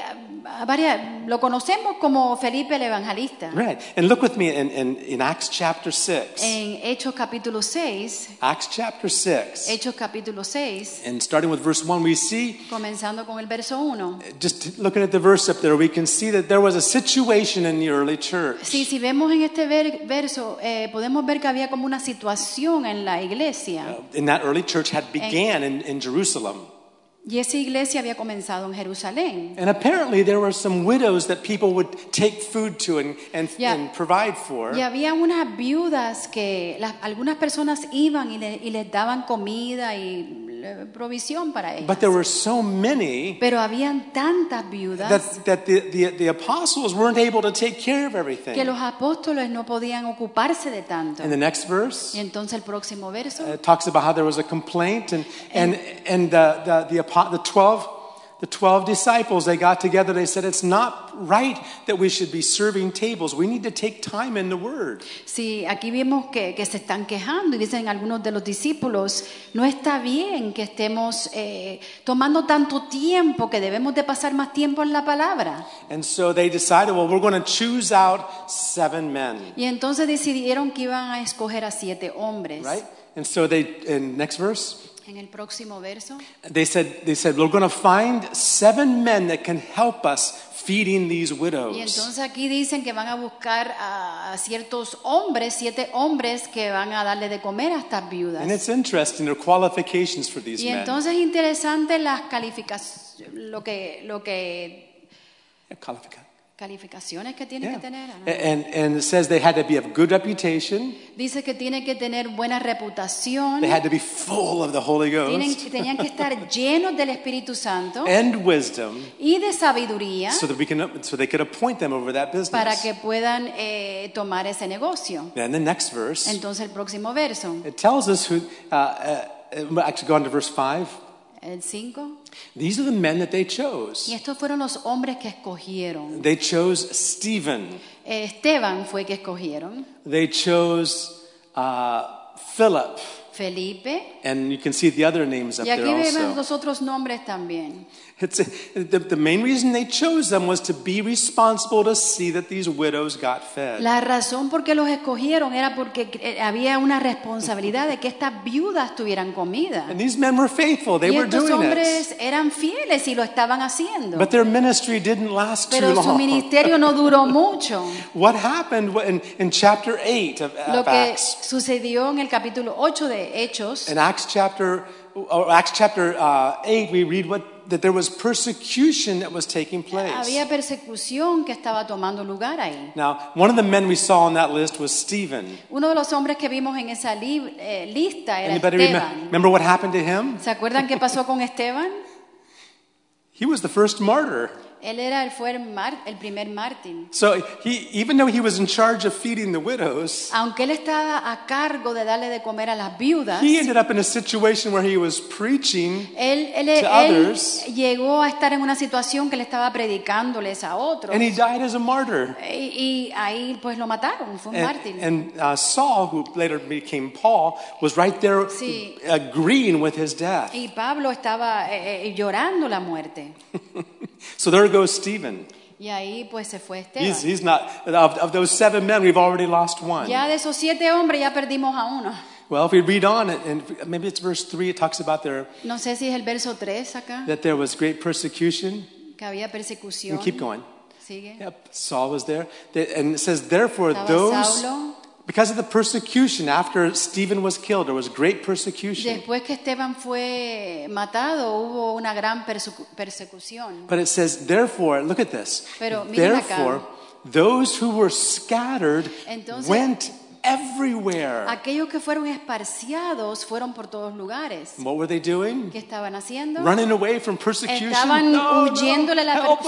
[SPEAKER 2] a varias- lo conocemos como Felipe el Evangelista.
[SPEAKER 1] Right, and look with me in, in, in Acts chapter six.
[SPEAKER 2] En Hechos capítulo 6,
[SPEAKER 1] Acts chapter six,
[SPEAKER 2] Hechos capítulo 6,
[SPEAKER 1] and starting with verse one, we see
[SPEAKER 2] comenzando con el verso 1.
[SPEAKER 1] Just looking at the verse up there, we can see that there was a situation in the early church.
[SPEAKER 2] Sí, si vemos en este ver- verso, eh, podemos ver que había como una situación en la iglesia.
[SPEAKER 1] And that early church had began in, in Jerusalem.
[SPEAKER 2] Y esa iglesia había comenzado en Jerusalén.
[SPEAKER 1] And apparently there were some widows that people would take food to and, and,
[SPEAKER 2] Yeah.
[SPEAKER 1] and provide for.
[SPEAKER 2] Y había unas viudas que las- algunas personas iban y, le- y les daban comida y eh, provisión para ellas.
[SPEAKER 1] But there were so many
[SPEAKER 2] Pero habían tantas viudas
[SPEAKER 1] that, that the, the, the apostles weren't able to take care of
[SPEAKER 2] que
[SPEAKER 1] everything.
[SPEAKER 2] los apóstoles no podían ocuparse de tanto.
[SPEAKER 1] And the next verse
[SPEAKER 2] Y entonces el próximo verso
[SPEAKER 1] uh, talks about how there was a complaint and, and, and the, the, the, apo- the 12 the 12 disciples they got together they said it's not right that we should be serving tables we need to take time in the word
[SPEAKER 2] Sí, aquí vimos que, que se están quejando y dicen algunos de los discípulos, no está bien que estemos eh, tomando tanto tiempo, que debemos de pasar más tiempo en la palabra.
[SPEAKER 1] and so they decided well we're going to choose out seven men
[SPEAKER 2] Y entonces decidieron que iban a escoger a siete hombres.
[SPEAKER 1] right and so they and next verse
[SPEAKER 2] En el próximo verso.
[SPEAKER 1] they said they said we're going to find seven men that can help us feeding these
[SPEAKER 2] Y
[SPEAKER 1] widows
[SPEAKER 2] entonces aquí dicen que van a buscar a, a ciertos hombres, siete hombres que van a darle de comer a estas
[SPEAKER 1] and
[SPEAKER 2] viudas.
[SPEAKER 1] it's interesting their qualifications for these
[SPEAKER 2] Y
[SPEAKER 1] men
[SPEAKER 2] entonces interesante las calificaciones, lo que, lo que
[SPEAKER 1] Yeah, qualifica-
[SPEAKER 2] calificaciones que tienen
[SPEAKER 1] Yeah. Eh.
[SPEAKER 2] que tener. Ana.
[SPEAKER 1] And, and it says they had to be of good reputation.
[SPEAKER 2] Dice que tienen que tener buena reputación,
[SPEAKER 1] They had to be full of the Holy
[SPEAKER 2] tienen,
[SPEAKER 1] Ghost
[SPEAKER 2] tenían que estar llenos del Espíritu Santo
[SPEAKER 1] and wisdom
[SPEAKER 2] y de sabiduría
[SPEAKER 1] so that we can so they could appoint them over that business.
[SPEAKER 2] para que puedan eh, tomar ese negocio.
[SPEAKER 1] Then the next verse
[SPEAKER 2] Entonces el próximo verso,
[SPEAKER 1] it tells us who uh, uh, uh, actually go on to verse 5.
[SPEAKER 2] el 5.
[SPEAKER 1] These are the men that they
[SPEAKER 2] Y
[SPEAKER 1] chose.
[SPEAKER 2] estos fueron los hombres que escogieron.
[SPEAKER 1] They chose Stephen.
[SPEAKER 2] Eh, Esteban fue que escogieron.
[SPEAKER 1] They chose uh, Philip.
[SPEAKER 2] Felipe.
[SPEAKER 1] And you can see the other names up
[SPEAKER 2] Y
[SPEAKER 1] there
[SPEAKER 2] aquí vemos
[SPEAKER 1] also.
[SPEAKER 2] los otros nombres también.
[SPEAKER 1] It's the, the main reason they chose them was to be responsible to see that these widows got fed.
[SPEAKER 2] La razón por qué los escogieron era porque eh, había una responsabilidad de que estas viudas tuvieran comida.
[SPEAKER 1] And these men were faithful. They
[SPEAKER 2] Y
[SPEAKER 1] were
[SPEAKER 2] estos
[SPEAKER 1] doing it.
[SPEAKER 2] hombres eran fieles y lo estaban haciendo.
[SPEAKER 1] But their ministry didn't last too
[SPEAKER 2] Pero su
[SPEAKER 1] long.
[SPEAKER 2] ministerio no
[SPEAKER 1] [laughs]
[SPEAKER 2] duró mucho.
[SPEAKER 1] What happened in, in chapter 8 of,
[SPEAKER 2] Lo
[SPEAKER 1] of
[SPEAKER 2] que
[SPEAKER 1] Acts?
[SPEAKER 2] sucedió en el capítulo 8 de Hechos.
[SPEAKER 1] In Acts chapter, or Acts chapter uh, 8, we read what, that there was persecution that was taking place.
[SPEAKER 2] Había persecución que estaba tomando lugar ahí.
[SPEAKER 1] Now, one of the men we saw on that list was Stephen.
[SPEAKER 2] Uno de los hombres que vimos en esa li- eh, lista era
[SPEAKER 1] Anybody remem-
[SPEAKER 2] Esteban.
[SPEAKER 1] remember what happened to him?
[SPEAKER 2] ¿Se acuerdan qué pasó con Esteban?
[SPEAKER 1] He was the first martyr.
[SPEAKER 2] Él era el, fue el, mar- el primer mártir.
[SPEAKER 1] So he, even though he was in charge of feeding the widows,
[SPEAKER 2] Aunque él estaba a cargo de darle de comer a las viudas,
[SPEAKER 1] he
[SPEAKER 2] él,
[SPEAKER 1] ended up in a situation where he was preaching
[SPEAKER 2] él-
[SPEAKER 1] To
[SPEAKER 2] él
[SPEAKER 1] others.
[SPEAKER 2] llegó a estar en una situación que le estaba predicándoles a otros.
[SPEAKER 1] and he died as a martyr.
[SPEAKER 2] y, y ahí pues lo mataron, fue un mártir.
[SPEAKER 1] And, and uh, Saul, who later became Paul, was right there
[SPEAKER 2] Sí.
[SPEAKER 1] agreeing with his death.
[SPEAKER 2] y Pablo estaba eh, eh, llorando la muerte.
[SPEAKER 1] So there goes Stephen.
[SPEAKER 2] Y ahí pues se fue Esteban.
[SPEAKER 1] He's, he's not, of, of those seven men, we've already lost one.
[SPEAKER 2] Ya de esos siete hombres ya perdimos a uno.
[SPEAKER 1] Well, if we read on, and maybe it's verse 3, it talks about there
[SPEAKER 2] No sé si es el verso 3 acá,
[SPEAKER 1] that there was great persecution.
[SPEAKER 2] que había
[SPEAKER 1] You
[SPEAKER 2] persecución.
[SPEAKER 1] can keep going.
[SPEAKER 2] Sigue.
[SPEAKER 1] Yep, Saul was there. Th- And it says, therefore,
[SPEAKER 2] Estaba
[SPEAKER 1] those,
[SPEAKER 2] Saulo.
[SPEAKER 1] because of the persecution after Stephen was killed, there was great persecution.
[SPEAKER 2] Después que Esteban fue matado, hubo una gran persecu- persecución.
[SPEAKER 1] But it says, therefore, look at this.
[SPEAKER 2] Pero miren acá.
[SPEAKER 1] therefore, those who were scattered
[SPEAKER 2] Entonces-
[SPEAKER 1] went everywhere.
[SPEAKER 2] Aquellos que fueron esparciados fueron por todos lugares.
[SPEAKER 1] And what were they doing?
[SPEAKER 2] ¿Qué estaban haciendo?
[SPEAKER 1] Running away from persecution.
[SPEAKER 2] Estaban
[SPEAKER 1] No, no,
[SPEAKER 2] huyéndole a la
[SPEAKER 1] help us.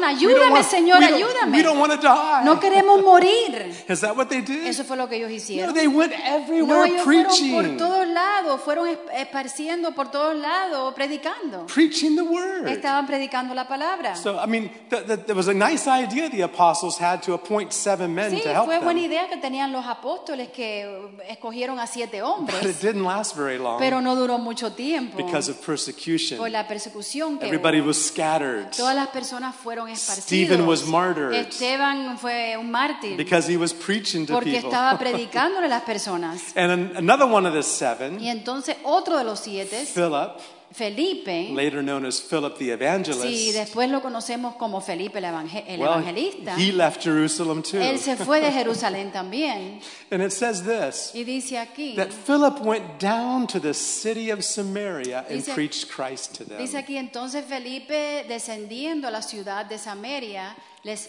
[SPEAKER 1] We don't
[SPEAKER 2] Ayúdame,
[SPEAKER 1] wanna-
[SPEAKER 2] Señor,
[SPEAKER 1] we don't-
[SPEAKER 2] ayúdame.
[SPEAKER 1] We don't want to die.
[SPEAKER 2] No queremos morir.
[SPEAKER 1] Is that what they did?
[SPEAKER 2] Eso fue lo que ellos
[SPEAKER 1] no,
[SPEAKER 2] hicieron.
[SPEAKER 1] they went
[SPEAKER 2] No,
[SPEAKER 1] everywhere
[SPEAKER 2] ellos fueron por
[SPEAKER 1] preaching,
[SPEAKER 2] todos lados, fueron esp- esparciendo por todos lados, predicando.
[SPEAKER 1] preaching the word.
[SPEAKER 2] Estaban predicando la palabra.
[SPEAKER 1] So, I mean, th- th- there was a nice idea the apostles had to appoint seven men
[SPEAKER 2] Sí,
[SPEAKER 1] to help
[SPEAKER 2] fue
[SPEAKER 1] them. [laughs]
[SPEAKER 2] buena idea que tenían los apóstoles que eh, escogieron a siete
[SPEAKER 1] But it
[SPEAKER 2] hombres,
[SPEAKER 1] didn't last very long
[SPEAKER 2] pero no duró mucho tiempo
[SPEAKER 1] because of persecution.
[SPEAKER 2] por la persecución que
[SPEAKER 1] Everybody
[SPEAKER 2] hubo.
[SPEAKER 1] was scattered
[SPEAKER 2] Todas las personas fueron esparcidas.
[SPEAKER 1] Stephen was martyred.
[SPEAKER 2] Esteban fue un mártir
[SPEAKER 1] because he was preaching to
[SPEAKER 2] porque
[SPEAKER 1] people. [laughs]
[SPEAKER 2] estaba predicándole a las personas.
[SPEAKER 1] and an- another one of the seven,
[SPEAKER 2] Y entonces otro de los siete,
[SPEAKER 1] Philip,
[SPEAKER 2] Felipe,
[SPEAKER 1] later known as Philip the Evangelist,
[SPEAKER 2] si después lo conocemos como Felipe el, evangel- el
[SPEAKER 1] well,
[SPEAKER 2] evangelista,
[SPEAKER 1] he left Jerusalem too.
[SPEAKER 2] él se fue de Jerusalén también.
[SPEAKER 1] and it says this
[SPEAKER 2] Y dice aquí,
[SPEAKER 1] that Philip went down to the city of Samaria and
[SPEAKER 2] Dice-
[SPEAKER 1] preached Christ to them.
[SPEAKER 2] Dice aquí entonces Felipe descendiendo a la ciudad de Samaria les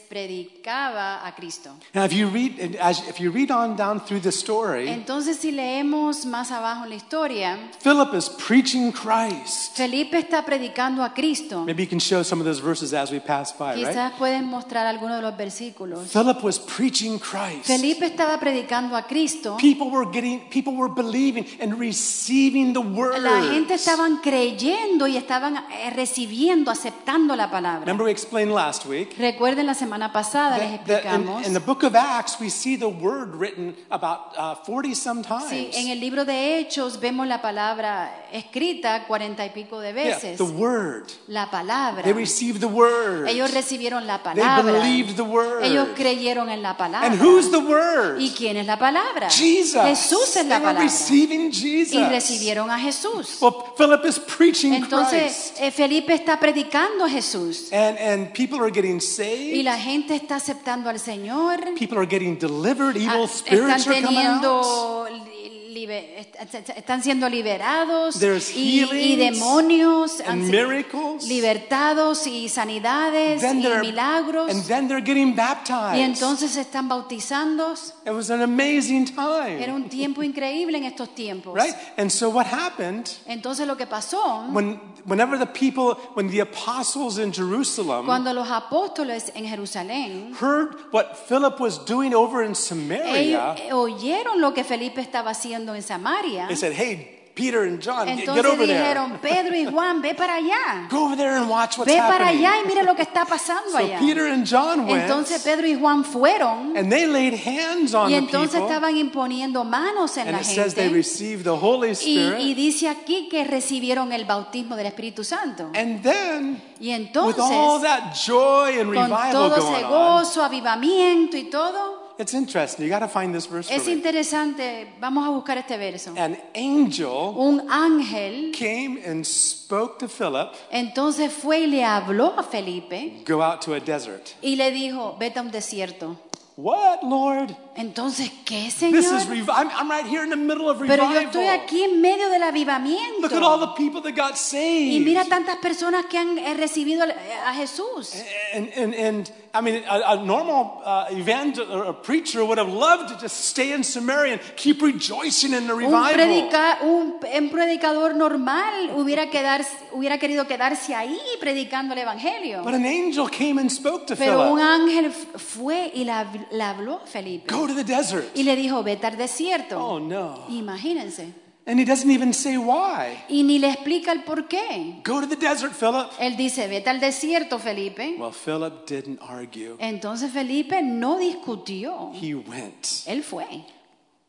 [SPEAKER 2] predicaba a Cristo.
[SPEAKER 1] now, if you read, and as, if you read on down through the story,
[SPEAKER 2] Entonces si leemos más abajo en la historia,
[SPEAKER 1] Philip is preaching Christ.
[SPEAKER 2] Felipe está predicando a Cristo.
[SPEAKER 1] Maybe you can show some of those verses as we pass by, right?
[SPEAKER 2] Quizás pueden mostrar algunos de los versículos.
[SPEAKER 1] Philip was preaching Christ.
[SPEAKER 2] Felipe estaba predicando a Cristo.
[SPEAKER 1] People were getting, people were believing and receiving the word.
[SPEAKER 2] La gente estaban creyendo y estaban eh, recibiendo, aceptando la palabra.
[SPEAKER 1] Remember, we explained last week
[SPEAKER 2] Recuerden la semana pasada les
[SPEAKER 1] that, that in,
[SPEAKER 2] explicamos.
[SPEAKER 1] in the book of Acts we see the word written about uh, forty sometimes.
[SPEAKER 2] Sí, en el libro de Hechos vemos la palabra escrita cuarenta y pico de
[SPEAKER 1] yeah,
[SPEAKER 2] veces.
[SPEAKER 1] the word.
[SPEAKER 2] La palabra.
[SPEAKER 1] They received the word.
[SPEAKER 2] Ellos recibieron la
[SPEAKER 1] they
[SPEAKER 2] palabra.
[SPEAKER 1] believed the word.
[SPEAKER 2] Ellos creyeron en la palabra.
[SPEAKER 1] and who's the word?
[SPEAKER 2] ¿Y quién es la palabra?
[SPEAKER 1] Jesus.
[SPEAKER 2] Jesús es la
[SPEAKER 1] they were
[SPEAKER 2] palabra.
[SPEAKER 1] receiving Jesus.
[SPEAKER 2] Y recibieron a Jesús.
[SPEAKER 1] Well, Philip is preaching Christ.
[SPEAKER 2] Entonces, eh, Felipe está predicando a Jesús.
[SPEAKER 1] And, and people are getting
[SPEAKER 2] Y
[SPEAKER 1] saved.
[SPEAKER 2] la gente está aceptando al Señor.
[SPEAKER 1] People are getting delivered.
[SPEAKER 2] Ah,
[SPEAKER 1] Evil
[SPEAKER 2] Están
[SPEAKER 1] spirits are coming out.
[SPEAKER 2] teniendo li- libe- est- están siendo liberados
[SPEAKER 1] There's
[SPEAKER 2] y, y
[SPEAKER 1] healings
[SPEAKER 2] demonios han
[SPEAKER 1] And
[SPEAKER 2] sido
[SPEAKER 1] miracles.
[SPEAKER 2] libertados y sanidades
[SPEAKER 1] Then
[SPEAKER 2] y
[SPEAKER 1] they're,
[SPEAKER 2] milagros
[SPEAKER 1] and then they're getting
[SPEAKER 2] y
[SPEAKER 1] baptized.
[SPEAKER 2] entonces se están bautizando
[SPEAKER 1] It was an amazing
[SPEAKER 2] era
[SPEAKER 1] time.
[SPEAKER 2] un tiempo increíble en estos tiempos
[SPEAKER 1] Right? And so what happened
[SPEAKER 2] entonces lo que pasó
[SPEAKER 1] when whenever the people when the apostles in Jerusalem
[SPEAKER 2] cuando los apóstoles en Jerusalén
[SPEAKER 1] heard what Philip was doing over in
[SPEAKER 2] ellos
[SPEAKER 1] Samaria,
[SPEAKER 2] eh, oyeron lo que Felipe estaba haciendo en Samaria
[SPEAKER 1] they said, "Hey, Peter and John, get, get
[SPEAKER 2] entonces
[SPEAKER 1] over there.
[SPEAKER 2] dijeron Pedro y Juan ve para allá
[SPEAKER 1] Go over there and watch what's
[SPEAKER 2] ve para
[SPEAKER 1] happening."
[SPEAKER 2] allá y mira lo que está pasando
[SPEAKER 1] So
[SPEAKER 2] allá
[SPEAKER 1] Peter and John went.
[SPEAKER 2] Entonces Pedro y Juan fueron
[SPEAKER 1] And they laid hands on
[SPEAKER 2] y
[SPEAKER 1] the
[SPEAKER 2] entonces
[SPEAKER 1] people.
[SPEAKER 2] estaban imponiendo manos en
[SPEAKER 1] and
[SPEAKER 2] la
[SPEAKER 1] it says they
[SPEAKER 2] gente.
[SPEAKER 1] received the Holy
[SPEAKER 2] Y,
[SPEAKER 1] Spirit.
[SPEAKER 2] y dice aquí que recibieron el bautismo del Espíritu Santo.
[SPEAKER 1] and then,
[SPEAKER 2] Y
[SPEAKER 1] with all
[SPEAKER 2] entonces,
[SPEAKER 1] that joy and
[SPEAKER 2] con
[SPEAKER 1] revival
[SPEAKER 2] todo
[SPEAKER 1] going
[SPEAKER 2] ese
[SPEAKER 1] on,
[SPEAKER 2] gozo, avivamiento y todo,
[SPEAKER 1] it's interesting. You got to find this verse.
[SPEAKER 2] es
[SPEAKER 1] for me.
[SPEAKER 2] interesante. Vamos a buscar este verso.
[SPEAKER 1] An angel
[SPEAKER 2] Un ángel
[SPEAKER 1] came and spoke to Philip,
[SPEAKER 2] entonces fue y le habló a Felipe
[SPEAKER 1] "Go out to a desert."
[SPEAKER 2] y le dijo, vete a un desierto.
[SPEAKER 1] What, Lord?
[SPEAKER 2] Entonces, ¿qué,
[SPEAKER 1] This is
[SPEAKER 2] Señor?
[SPEAKER 1] rev- I'm, I'm right here in the middle of
[SPEAKER 2] Pero
[SPEAKER 1] revival.
[SPEAKER 2] yo estoy aquí en medio del
[SPEAKER 1] Look at all
[SPEAKER 2] avivamiento.
[SPEAKER 1] the people that got
[SPEAKER 2] Y
[SPEAKER 1] saved.
[SPEAKER 2] mira tantas personas que han eh, recibido a Jesús.
[SPEAKER 1] And, and, and I mean, a, a normal uh, evangel- or a preacher would have loved to just stay in Samaria and keep rejoicing in the
[SPEAKER 2] Un,
[SPEAKER 1] revival.
[SPEAKER 2] predica- un- un predicador normal hubiera, quedarse, hubiera querido quedarse ahí predicando el Evangelio.
[SPEAKER 1] But an angel came and spoke to
[SPEAKER 2] Pero un
[SPEAKER 1] Philip.
[SPEAKER 2] ángel f- fue y la- le habló a Felipe.
[SPEAKER 1] Go to the desert.
[SPEAKER 2] Y le dijo, vete al desierto.
[SPEAKER 1] Oh no.
[SPEAKER 2] Imagínense.
[SPEAKER 1] And he doesn't even say why.
[SPEAKER 2] Y ni le explica el por qué.
[SPEAKER 1] Go to the desert, Philip.
[SPEAKER 2] Él dice, vete al desierto, Felipe.
[SPEAKER 1] Well, Philip didn't argue.
[SPEAKER 2] Entonces Felipe no discutió.
[SPEAKER 1] He went.
[SPEAKER 2] Él fue.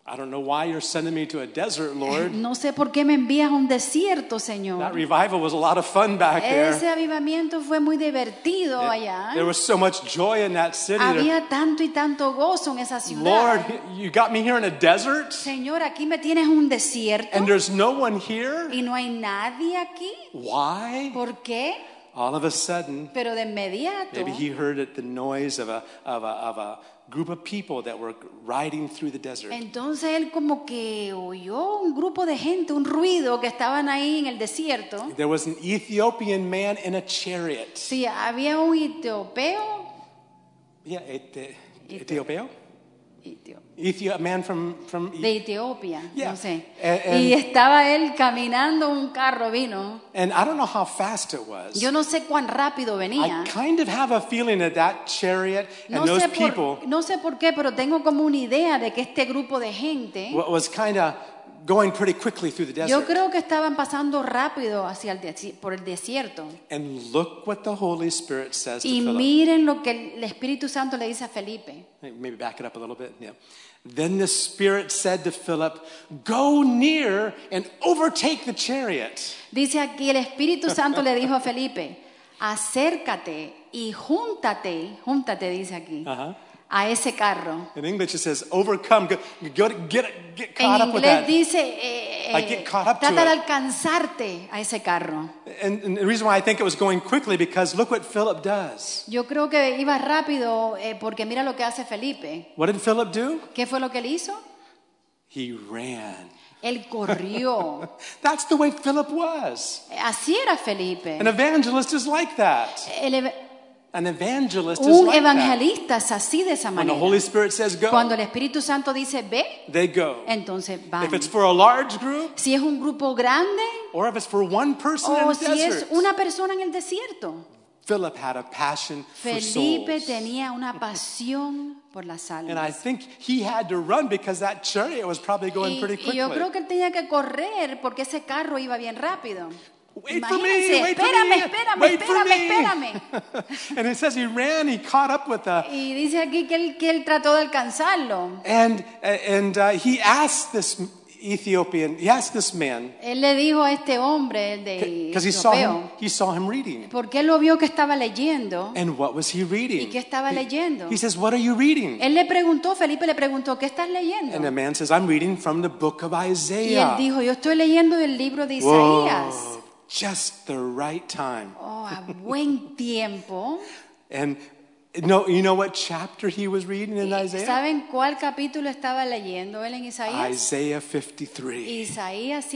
[SPEAKER 1] I don't know why you're sending me to a desert, Lord.
[SPEAKER 2] [laughs] No sé por qué me envías a un desierto, Señor.
[SPEAKER 1] That revival was a lot of fun back there.
[SPEAKER 2] Ese avivamiento fue muy divertido allá.
[SPEAKER 1] There was so much joy in that city.
[SPEAKER 2] Había tanto y tanto gozo en esa ciudad.
[SPEAKER 1] Lord, you got me here in a desert?
[SPEAKER 2] Señor, aquí me tienes un desierto
[SPEAKER 1] And there's no one here?
[SPEAKER 2] y no hay nadie aquí.
[SPEAKER 1] Why?
[SPEAKER 2] ¿Por qué?
[SPEAKER 1] All of a sudden,
[SPEAKER 2] Pero de inmediato
[SPEAKER 1] maybe he heard it, the noise of a, of a, of a group of people that were riding through the desert.
[SPEAKER 2] entonces él como que oyó un grupo de gente, un ruido que estaban ahí en el desierto.
[SPEAKER 1] There was an Ethiopian man in a chariot.
[SPEAKER 2] Sí, había un etiopeo,
[SPEAKER 1] Yeah, Ete- Etiopeo?
[SPEAKER 2] Etio-
[SPEAKER 1] Ethi- uh, a man from, from E-
[SPEAKER 2] de Etiopía,
[SPEAKER 1] Yeah.
[SPEAKER 2] no sé.
[SPEAKER 1] A- and-
[SPEAKER 2] y estaba él caminando, un carro vino.
[SPEAKER 1] And I don't know how fast it was.
[SPEAKER 2] Yo no sé cuán rápido venía.
[SPEAKER 1] I kind of have a feeling that that chariot and
[SPEAKER 2] No
[SPEAKER 1] those
[SPEAKER 2] sé,
[SPEAKER 1] people
[SPEAKER 2] por, no sé por qué, pero tengo como una idea de que este grupo de gente,
[SPEAKER 1] wa- was kind of going pretty quickly through the
[SPEAKER 2] yo
[SPEAKER 1] desert.
[SPEAKER 2] creo que estaban pasando rápido hacia el desi- por el desierto.
[SPEAKER 1] And look what the Holy Spirit says to
[SPEAKER 2] Y
[SPEAKER 1] Philip.
[SPEAKER 2] miren lo que el Espíritu Santo le dice a Felipe.
[SPEAKER 1] Maybe back it up a little bit. Yeah. Then the Spirit said to Philip, Go near and overtake the chariot.
[SPEAKER 2] Dice aquí, el Espíritu Santo le dijo a Felipe, [laughs] acércate y júntate, júntate, dice aquí,
[SPEAKER 1] Ajá.
[SPEAKER 2] a ese carro.
[SPEAKER 1] Uh-huh. In English, it says, Overcome. Go, go- get, get caught
[SPEAKER 2] En
[SPEAKER 1] up with
[SPEAKER 2] inglés
[SPEAKER 1] that.
[SPEAKER 2] dice, eh, eh,
[SPEAKER 1] Like, get caught up to
[SPEAKER 2] trata de
[SPEAKER 1] it.
[SPEAKER 2] alcanzarte a ese carro.
[SPEAKER 1] And, and the reason why I think it was going quickly because look what Philip does.
[SPEAKER 2] Yo creo que iba rápido eh, porque mira lo que hace Felipe.
[SPEAKER 1] What did Philip do?
[SPEAKER 2] ¿Qué fue lo que él hizo?
[SPEAKER 1] He ran.
[SPEAKER 2] Él
[SPEAKER 1] [laughs]
[SPEAKER 2] corrió.
[SPEAKER 1] That's the way Philip was.
[SPEAKER 2] Así era Felipe.
[SPEAKER 1] An evangelist is like that.
[SPEAKER 2] El ev-
[SPEAKER 1] An evangelist is
[SPEAKER 2] un
[SPEAKER 1] like that.
[SPEAKER 2] evangelista es así de esa
[SPEAKER 1] When the
[SPEAKER 2] manera.
[SPEAKER 1] Holy Spirit says
[SPEAKER 2] Cuando
[SPEAKER 1] go,
[SPEAKER 2] el Espíritu Santo dice ve,
[SPEAKER 1] they go.
[SPEAKER 2] entonces van.
[SPEAKER 1] If it's for a large group,
[SPEAKER 2] Si es un grupo grande
[SPEAKER 1] or if it's for one person in the
[SPEAKER 2] o Oh, si es
[SPEAKER 1] desert.
[SPEAKER 2] una persona en el desierto.
[SPEAKER 1] Philip had a passion for
[SPEAKER 2] Felipe
[SPEAKER 1] souls.
[SPEAKER 2] tenía una pasión por las
[SPEAKER 1] And I
[SPEAKER 2] almas.
[SPEAKER 1] think he had to run because that chariot was probably going
[SPEAKER 2] Y,
[SPEAKER 1] pretty
[SPEAKER 2] y
[SPEAKER 1] quickly.
[SPEAKER 2] yo creo que él tenía que correr porque ese carro iba bien rápido.
[SPEAKER 1] Wait for me,
[SPEAKER 2] Imagínense,
[SPEAKER 1] wait for
[SPEAKER 2] espérame,
[SPEAKER 1] me,
[SPEAKER 2] espérame,
[SPEAKER 1] wait for
[SPEAKER 2] espérame, espérame.
[SPEAKER 1] me. [laughs] and it says he ran, he caught up with the
[SPEAKER 2] Y dice aquí que él, que él trató de alcanzarlo.
[SPEAKER 1] and and uh, he asked this Ethiopian, he asked this man
[SPEAKER 2] Él le dijo a este hombre, el de
[SPEAKER 1] because he saw him,
[SPEAKER 2] Etopeo,
[SPEAKER 1] he saw him reading.
[SPEAKER 2] porque él lo vio que estaba leyendo.
[SPEAKER 1] And what was he reading?
[SPEAKER 2] ¿Y qué estaba
[SPEAKER 1] He-
[SPEAKER 2] leyendo?
[SPEAKER 1] He says, "What are you reading?"
[SPEAKER 2] Él le preguntó, Felipe le preguntó, ¿qué estás
[SPEAKER 1] And
[SPEAKER 2] leyendo?
[SPEAKER 1] the man says, "I'm reading from the book of
[SPEAKER 2] Y él
[SPEAKER 1] Isaiah."
[SPEAKER 2] dijo, yo estoy leyendo el libro de Isaías.
[SPEAKER 1] Whoa, just the right time.
[SPEAKER 2] Oh, a
[SPEAKER 1] [laughs]
[SPEAKER 2] buen tiempo.
[SPEAKER 1] And no, you know what chapter he was reading in Isaiah?
[SPEAKER 2] ¿Saben cuál capítulo estaba leyendo él en Isaías?
[SPEAKER 1] Isaiah 53.
[SPEAKER 2] Isaías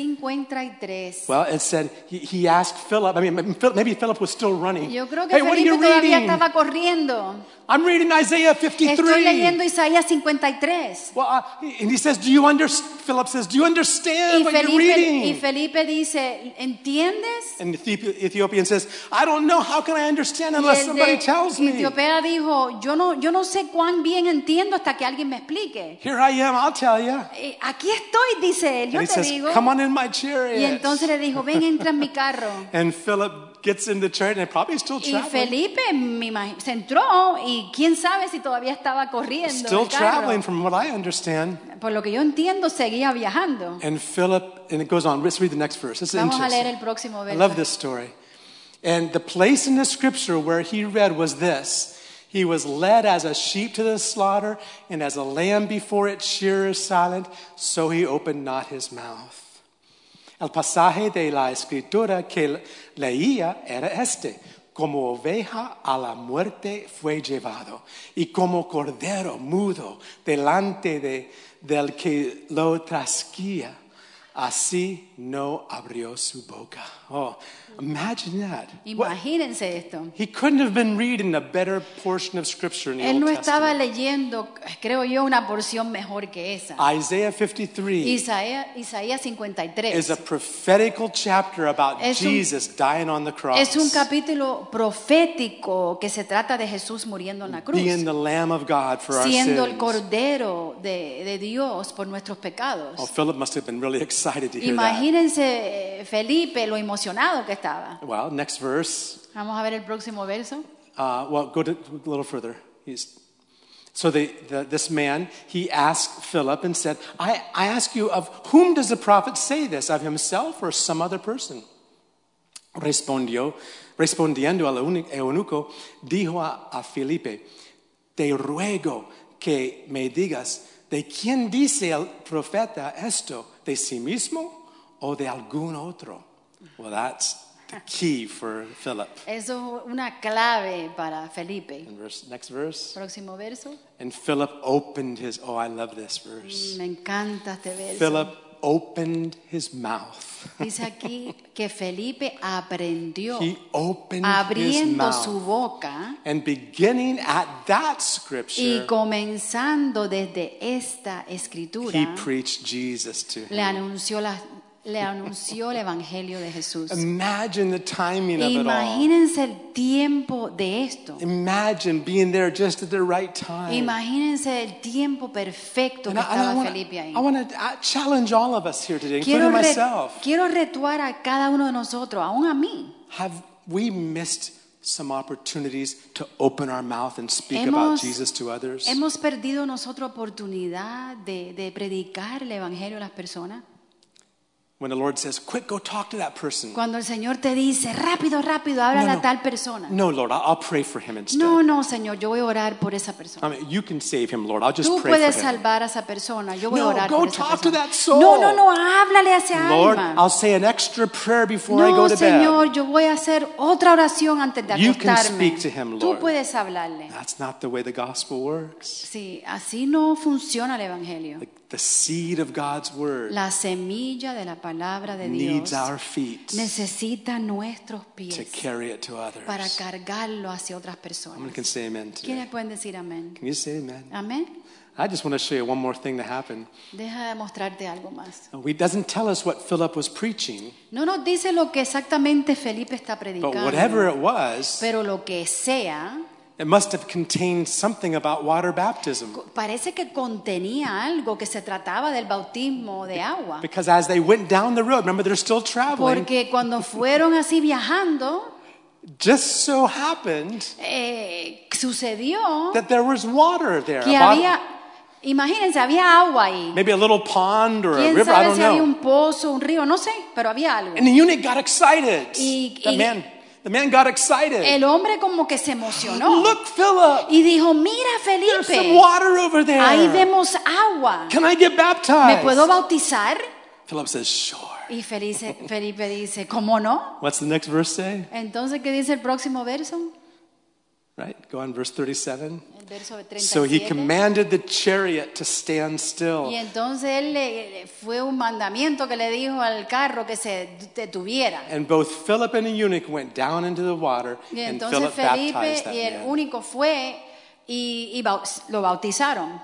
[SPEAKER 2] 53.
[SPEAKER 1] Well, it said he, he asked Philip. I mean, Phil- maybe Philip was still running.
[SPEAKER 2] Yo creo que
[SPEAKER 1] hey, what are
[SPEAKER 2] Felipe
[SPEAKER 1] you
[SPEAKER 2] todavía
[SPEAKER 1] reading?
[SPEAKER 2] estaba corriendo.
[SPEAKER 1] I'm reading Isaiah
[SPEAKER 2] Estoy
[SPEAKER 1] 53.
[SPEAKER 2] leyendo Isaías 53.
[SPEAKER 1] Well, uh, and he says, "Do you understand?" Philip says, "Do you understand
[SPEAKER 2] Y
[SPEAKER 1] what you're
[SPEAKER 2] Felipe, y
[SPEAKER 1] reading?"
[SPEAKER 2] Felipe dice, ¿entiendes?
[SPEAKER 1] And the Ethi- Ethiopian says, "I don't know. How can I understand
[SPEAKER 2] Y
[SPEAKER 1] unless
[SPEAKER 2] el
[SPEAKER 1] somebody
[SPEAKER 2] de
[SPEAKER 1] tells me?"
[SPEAKER 2] Etiopía dijo, yo no, yo no sé cuán bien entiendo hasta que alguien me explique.
[SPEAKER 1] Here I am. I'll tell you.
[SPEAKER 2] Eh, Aquí estoy, dice él,
[SPEAKER 1] And
[SPEAKER 2] yo
[SPEAKER 1] he
[SPEAKER 2] te
[SPEAKER 1] says,
[SPEAKER 2] digo.
[SPEAKER 1] "Come on in my
[SPEAKER 2] Y
[SPEAKER 1] chariot."
[SPEAKER 2] entonces le dijo, ven, entra en mi carro.
[SPEAKER 1] [laughs] And Philip gets in the chariot, and probably still
[SPEAKER 2] Y
[SPEAKER 1] traveling.
[SPEAKER 2] Felipe me imag- se entró y quién sabe si todavía estaba corriendo. en el
[SPEAKER 1] Still
[SPEAKER 2] carro.
[SPEAKER 1] traveling, from what I understand.
[SPEAKER 2] Por lo que yo entiendo, seguía viajando.
[SPEAKER 1] And Philip, and it goes on. Let's read the next verse. This is
[SPEAKER 2] Vamos a leer el
[SPEAKER 1] interesting.
[SPEAKER 2] próximo
[SPEAKER 1] I
[SPEAKER 2] verso.
[SPEAKER 1] love this story. And the place in the scripture where he read was this He was led as a sheep to the slaughter, and as a lamb before its shearer is silent, so he opened not his mouth. El pasaje de la escritura que leía era este. Como oveja a la muerte fue llevado y como cordero mudo delante de, del que lo trasquía, así no abrió su boca. Oh, imagine that. What-
[SPEAKER 2] Imagínense esto.
[SPEAKER 1] he couldn't have been reading a better portion of scripture in the
[SPEAKER 2] Él
[SPEAKER 1] Old
[SPEAKER 2] no estaba
[SPEAKER 1] Testament. Ah,
[SPEAKER 2] leyendo, creo yo, una porción mejor que esa.
[SPEAKER 1] Isaiah 53
[SPEAKER 2] Isaías, Isaías 53.
[SPEAKER 1] is a prophetical chapter about
[SPEAKER 2] Es un-
[SPEAKER 1] Jesus dying on the cross.
[SPEAKER 2] Es un capítulo profético que se trata de Jesús muriendo en la cruz,
[SPEAKER 1] being the Lamb of God for our
[SPEAKER 2] siendo el
[SPEAKER 1] sins.
[SPEAKER 2] Cordero de, de Dios por nuestros
[SPEAKER 1] Oh,
[SPEAKER 2] pecados.
[SPEAKER 1] Philip must have been really [laughs] excited to hear
[SPEAKER 2] Imagínense eh, Felipe lo emocionado que estaba.
[SPEAKER 1] that. Well, next verse.
[SPEAKER 2] Vamos a ver el próximo verso.
[SPEAKER 1] Uh, well, go to, a little further. He's, so the, the, this man, he asked Philip and said, I, I ask you, of whom does the prophet say this? Of himself or some other person? Respondió, respondiendo al euni- eunuco, dijo a, a Felipe, te ruego que me digas, ¿de quién dice el profeta esto? ¿De sí mismo o de algún otro? Well, that's the key for Philip.
[SPEAKER 2] Eso es una clave para Felipe.
[SPEAKER 1] And verse, next verse.
[SPEAKER 2] Próximo verso.
[SPEAKER 1] And Philip opened his, oh, I love this verse.
[SPEAKER 2] Me encanta este verso.
[SPEAKER 1] Philip opened his mouth.
[SPEAKER 2] [laughs] Dice aquí que Felipe aprendió
[SPEAKER 1] He opened his
[SPEAKER 2] abriendo
[SPEAKER 1] mouth.
[SPEAKER 2] su boca
[SPEAKER 1] And beginning at that scripture,
[SPEAKER 2] y comenzando desde esta escritura
[SPEAKER 1] he preached Jesus to him.
[SPEAKER 2] le anunció la- le anunció el evangelio de Jesús.
[SPEAKER 1] Imagine the timing of it all.
[SPEAKER 2] Imagínense el tiempo de esto.
[SPEAKER 1] Imagine being there just at the right time.
[SPEAKER 2] Imagínense el tiempo perfecto
[SPEAKER 1] And I,
[SPEAKER 2] que
[SPEAKER 1] and I
[SPEAKER 2] estaba
[SPEAKER 1] wanna-
[SPEAKER 2] Felipe ahí.
[SPEAKER 1] I want to challenge all of us here today,
[SPEAKER 2] Quiero,
[SPEAKER 1] including
[SPEAKER 2] re-
[SPEAKER 1] myself.
[SPEAKER 2] quiero retuar a cada uno de nosotros, aún a mí.
[SPEAKER 1] Have we missed some opportunities to open our mouth and speak about
[SPEAKER 2] Hemos-
[SPEAKER 1] Jesus to others?
[SPEAKER 2] Hemos perdido nosotros oportunidad de, de predicar el evangelio a las personas.
[SPEAKER 1] When the Lord says, quick, go talk to that person.
[SPEAKER 2] Cuando el Señor te dice, rápido, rápido, háblale
[SPEAKER 1] No,
[SPEAKER 2] a
[SPEAKER 1] no.
[SPEAKER 2] tal persona.
[SPEAKER 1] No, Lord, I'll, I'll pray for him instead.
[SPEAKER 2] No, no, Señor, yo voy a orar por esa
[SPEAKER 1] I
[SPEAKER 2] persona.
[SPEAKER 1] mean, you can save him, Lord. I'll just
[SPEAKER 2] Tú
[SPEAKER 1] pray
[SPEAKER 2] puedes
[SPEAKER 1] for him.
[SPEAKER 2] salvar a esa persona. Yo voy
[SPEAKER 1] No,
[SPEAKER 2] a orar
[SPEAKER 1] go
[SPEAKER 2] por esa
[SPEAKER 1] talk to
[SPEAKER 2] persona.
[SPEAKER 1] that soul.
[SPEAKER 2] No, no, no, háblale a ese
[SPEAKER 1] Lord,
[SPEAKER 2] alma.
[SPEAKER 1] I'll say an extra prayer before I go
[SPEAKER 2] No,
[SPEAKER 1] to bed.
[SPEAKER 2] Señor, yo voy a hacer otra oración antes de
[SPEAKER 1] You can
[SPEAKER 2] acostarme.
[SPEAKER 1] speak to him,
[SPEAKER 2] Tú
[SPEAKER 1] Lord.
[SPEAKER 2] puedes hablarle.
[SPEAKER 1] That's not the way the gospel works.
[SPEAKER 2] Sí, así no funciona el evangelio.
[SPEAKER 1] The, the seed of God's word
[SPEAKER 2] La semilla de la palabra de Dios
[SPEAKER 1] needs our feet
[SPEAKER 2] necesita nuestros
[SPEAKER 1] to
[SPEAKER 2] pies
[SPEAKER 1] carry it to others.
[SPEAKER 2] para cargarlo hacia otras
[SPEAKER 1] How many
[SPEAKER 2] personas.
[SPEAKER 1] can say amen today?
[SPEAKER 2] ¿Quiénes pueden decir amén?
[SPEAKER 1] Can you say amen?
[SPEAKER 2] Amén.
[SPEAKER 1] I just want to show you one more thing that happened.
[SPEAKER 2] Deja de mostrarte algo más.
[SPEAKER 1] He doesn't tell us what Philip was preaching,
[SPEAKER 2] No nos dice lo que exactamente Felipe está
[SPEAKER 1] but whatever it
[SPEAKER 2] predicando,
[SPEAKER 1] was,
[SPEAKER 2] pero lo que sea,
[SPEAKER 1] it must have contained something about water baptism.
[SPEAKER 2] co- parece que contenía algo que se trataba del bautismo de agua.
[SPEAKER 1] Because as they went down the road, remember they're still traveling,
[SPEAKER 2] Porque cuando fueron así viajando,
[SPEAKER 1] just so happened
[SPEAKER 2] eh, sucedió
[SPEAKER 1] that there was water there.
[SPEAKER 2] que
[SPEAKER 1] a bottle-
[SPEAKER 2] había, imagínense, había agua ahí.
[SPEAKER 1] maybe a little pond or a
[SPEAKER 2] Quién
[SPEAKER 1] river, I
[SPEAKER 2] sabe
[SPEAKER 1] don't
[SPEAKER 2] si había
[SPEAKER 1] know.
[SPEAKER 2] un pozo, un río, no sé, pero había algo.
[SPEAKER 1] And the eunuch got excited.
[SPEAKER 2] Y-
[SPEAKER 1] the
[SPEAKER 2] y-
[SPEAKER 1] man, the man got excited.
[SPEAKER 2] El hombre como que se emocionó
[SPEAKER 1] Look, Philip,
[SPEAKER 2] y dijo, mira
[SPEAKER 1] there's some
[SPEAKER 2] Felipe,
[SPEAKER 1] water over there.
[SPEAKER 2] ahí vemos agua,
[SPEAKER 1] Can I get
[SPEAKER 2] ¿me
[SPEAKER 1] baptized?
[SPEAKER 2] puedo bautizar?
[SPEAKER 1] Philip says, sure.
[SPEAKER 2] Y Felice- Felipe dice, ¿cómo no?
[SPEAKER 1] What's the next verse say?
[SPEAKER 2] Entonces, ¿qué dice el próximo verso?
[SPEAKER 1] Right? Go on, verse 37.
[SPEAKER 2] El verso
[SPEAKER 1] So he
[SPEAKER 2] 37.
[SPEAKER 1] commanded the chariot to stand still.
[SPEAKER 2] Y entonces él le- fue un mandamiento que le dijo al carro que se detuviera.
[SPEAKER 1] And both Philip and the eunuch went down into the water,
[SPEAKER 2] Y
[SPEAKER 1] and
[SPEAKER 2] entonces
[SPEAKER 1] Philip
[SPEAKER 2] Felipe
[SPEAKER 1] baptized that
[SPEAKER 2] y el
[SPEAKER 1] man.
[SPEAKER 2] único fue y, y bau- lo bautizaron.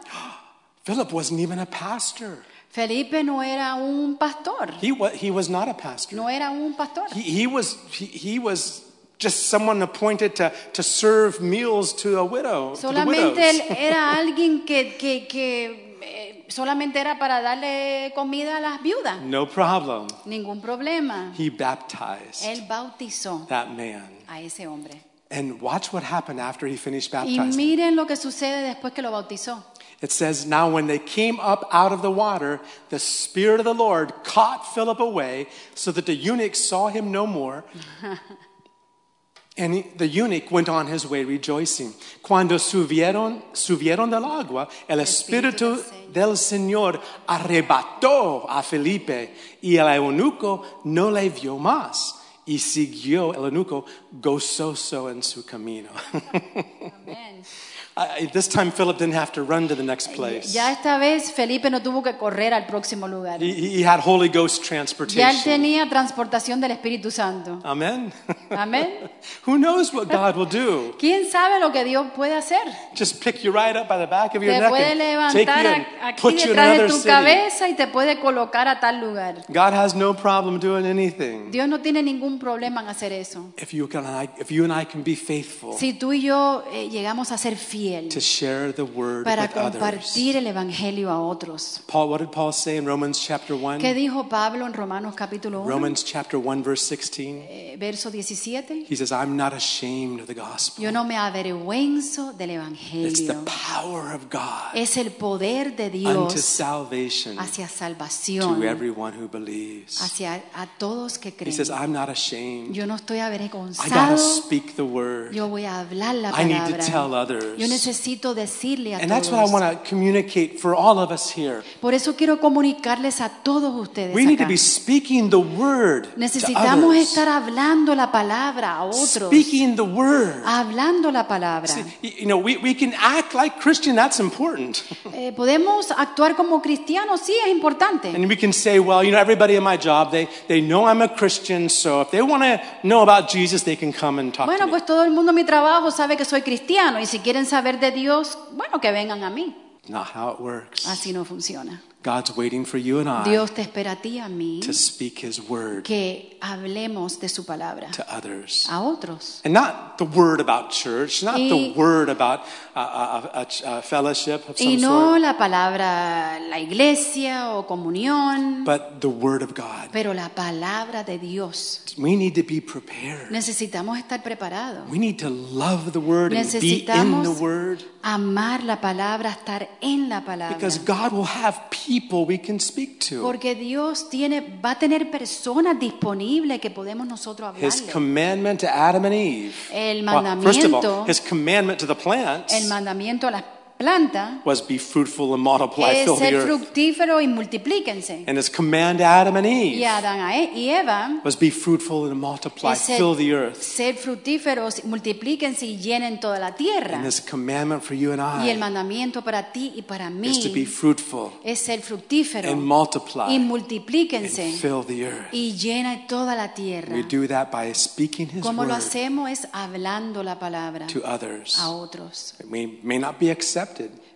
[SPEAKER 1] Philip wasn't even a pastor.
[SPEAKER 2] Felipe no era un pastor,
[SPEAKER 1] He was, he was not a pastor.
[SPEAKER 2] no era un pastor.
[SPEAKER 1] He, he, was, he, he was just someone appointed to, to serve meals to a widow. to the
[SPEAKER 2] Solamente él
[SPEAKER 1] widows. [laughs]
[SPEAKER 2] era alguien que, que- que, eh, solamente era para darle comida a las viudas.
[SPEAKER 1] No problem.
[SPEAKER 2] Ningún problema.
[SPEAKER 1] He baptized
[SPEAKER 2] Él bautizó
[SPEAKER 1] that man.
[SPEAKER 2] a ese hombre.
[SPEAKER 1] And watch what happened after he finished
[SPEAKER 2] Y
[SPEAKER 1] baptizing.
[SPEAKER 2] miren lo que sucede después que lo bautizó.
[SPEAKER 1] It says, Now when they came up out of the water, the Spirit of the Lord caught Philip away, so that the eunuch saw him no [laughs] more. and he- the eunuch went on his way rejoicing. Cuando subieron, subieron del agua, el Espíritu del Señor arrebató a Felipe, y el eunuco no le vio más. Y siguió el eunuco gozoso en su camino. [laughs]
[SPEAKER 2] Amén.
[SPEAKER 1] I, this time Philip didn't have to run to the next place.
[SPEAKER 2] Ya esta vez Felipe no tuvo que correr al próximo lugar.
[SPEAKER 1] He, he- he had Holy Ghost
[SPEAKER 2] Ya él
[SPEAKER 1] transportation.
[SPEAKER 2] tenía transportación del Espíritu Santo.
[SPEAKER 1] Amen. [laughs]
[SPEAKER 2] Amén.
[SPEAKER 1] Who knows what God will do?
[SPEAKER 2] ¿Quién sabe lo que Dios puede hacer?
[SPEAKER 1] Just pick you right up by the back of your
[SPEAKER 2] Te
[SPEAKER 1] neck
[SPEAKER 2] puede
[SPEAKER 1] and take you
[SPEAKER 2] levantar a-
[SPEAKER 1] and
[SPEAKER 2] aquí
[SPEAKER 1] put you in
[SPEAKER 2] detrás de
[SPEAKER 1] another
[SPEAKER 2] tu
[SPEAKER 1] city.
[SPEAKER 2] cabeza y te puede colocar a tal lugar.
[SPEAKER 1] God has no problem doing anything
[SPEAKER 2] Dios no tiene ningún problema en hacer eso.
[SPEAKER 1] if you can. I- If you and I can be faithful
[SPEAKER 2] Si tú y yo eh, llegamos a ser fiel
[SPEAKER 1] to share the word
[SPEAKER 2] para
[SPEAKER 1] with others.
[SPEAKER 2] compartir el Evangelio a otros.
[SPEAKER 1] Paul, what did Paul say in Romans chapter
[SPEAKER 2] ¿Qué
[SPEAKER 1] one?
[SPEAKER 2] dijo Pablo en Romanos capítulo 1,
[SPEAKER 1] Romans chapter one verse sixteen.
[SPEAKER 2] verso 17?
[SPEAKER 1] He says, "I'm not ashamed of the gospel.
[SPEAKER 2] Yo no me avergüenzo del
[SPEAKER 1] It's the
[SPEAKER 2] Evangelio.
[SPEAKER 1] power of God
[SPEAKER 2] Es el poder de
[SPEAKER 1] unto
[SPEAKER 2] Dios
[SPEAKER 1] salvation."
[SPEAKER 2] hacia
[SPEAKER 1] to
[SPEAKER 2] salvación,
[SPEAKER 1] everyone who believes.
[SPEAKER 2] hacia a todos que
[SPEAKER 1] He says,
[SPEAKER 2] creen.
[SPEAKER 1] I'm not ashamed.
[SPEAKER 2] Yo no estoy
[SPEAKER 1] I gotta
[SPEAKER 2] avergonzado.
[SPEAKER 1] speak the word.
[SPEAKER 2] Yo voy a hablar la
[SPEAKER 1] I need to
[SPEAKER 2] palabra.
[SPEAKER 1] tell others.
[SPEAKER 2] Yo necesito decirle a
[SPEAKER 1] And that's what I
[SPEAKER 2] todos.
[SPEAKER 1] want to communicate for all of us here.
[SPEAKER 2] Por eso quiero comunicarles a todos ustedes.
[SPEAKER 1] We need to
[SPEAKER 2] acá.
[SPEAKER 1] be speaking the word. to
[SPEAKER 2] Necesitamos
[SPEAKER 1] others.
[SPEAKER 2] estar hablando la palabra a otros.
[SPEAKER 1] Speaking the word.
[SPEAKER 2] Hablando la palabra.
[SPEAKER 1] See, y- you know, we, we can act like Christian, that's important.
[SPEAKER 2] Eh, podemos actuar como cristianos, sí, es importante.
[SPEAKER 1] And we can say, well, you know, everybody in my job, they, they know I'm a Christian, so if they want to know about Jesus, they can come and talk to
[SPEAKER 2] Bueno,
[SPEAKER 1] me.
[SPEAKER 2] pues todo el mundo en mi trabajo sabe que soy cristiano y si quieren saber de Dios, bueno, que vengan a mí.
[SPEAKER 1] Not how it works.
[SPEAKER 2] Así no funciona.
[SPEAKER 1] God's waiting for you and I
[SPEAKER 2] Dios te espera a ti y a mí
[SPEAKER 1] to speak his word
[SPEAKER 2] que hablemos de su palabra
[SPEAKER 1] to others.
[SPEAKER 2] a otros.
[SPEAKER 1] And not the word about church, not the
[SPEAKER 2] Y-
[SPEAKER 1] word about a, a, a, a ch- a fellowship of
[SPEAKER 2] Y
[SPEAKER 1] some
[SPEAKER 2] no
[SPEAKER 1] sort,
[SPEAKER 2] la palabra la iglesia o comunión,
[SPEAKER 1] but the word of God.
[SPEAKER 2] pero la palabra de Dios.
[SPEAKER 1] We need to be prepared.
[SPEAKER 2] Necesitamos estar preparados.
[SPEAKER 1] We need to love the word and be in the
[SPEAKER 2] Necesitamos
[SPEAKER 1] word.
[SPEAKER 2] amar la palabra, estar en la palabra.
[SPEAKER 1] Because God will have people we can speak to.
[SPEAKER 2] Porque Dios tiene, va a tener personas disponibles que podemos nosotros
[SPEAKER 1] His
[SPEAKER 2] hablarle.
[SPEAKER 1] commandment to Adam and Eve.
[SPEAKER 2] El
[SPEAKER 1] Well, first of all,
[SPEAKER 2] mandamiento-
[SPEAKER 1] his commandment to the plants
[SPEAKER 2] El mandamiento a las plantas
[SPEAKER 1] was be fruitful and multiply,
[SPEAKER 2] es
[SPEAKER 1] fill the
[SPEAKER 2] ser
[SPEAKER 1] earth.
[SPEAKER 2] fructífero y multiplíquense.
[SPEAKER 1] And his command to Adam and
[SPEAKER 2] Y
[SPEAKER 1] Eve
[SPEAKER 2] Adán a E- y Eva
[SPEAKER 1] was be fruitful and multiply,
[SPEAKER 2] es ser,
[SPEAKER 1] fill the earth.
[SPEAKER 2] ser fructíferos, multiplíquense y llenen toda la
[SPEAKER 1] And
[SPEAKER 2] tierra.
[SPEAKER 1] his commandment for you and
[SPEAKER 2] Y el
[SPEAKER 1] I
[SPEAKER 2] mandamiento para ti y para
[SPEAKER 1] is to be
[SPEAKER 2] mí
[SPEAKER 1] fruitful
[SPEAKER 2] es ser
[SPEAKER 1] and
[SPEAKER 2] fructífero y
[SPEAKER 1] multiply and
[SPEAKER 2] multiplíquense
[SPEAKER 1] fill the earth.
[SPEAKER 2] y llena toda la tierra.
[SPEAKER 1] We do that by speaking his
[SPEAKER 2] Como lo
[SPEAKER 1] word
[SPEAKER 2] hacemos es hablando la palabra
[SPEAKER 1] to others.
[SPEAKER 2] a otros.
[SPEAKER 1] We may not be accepted.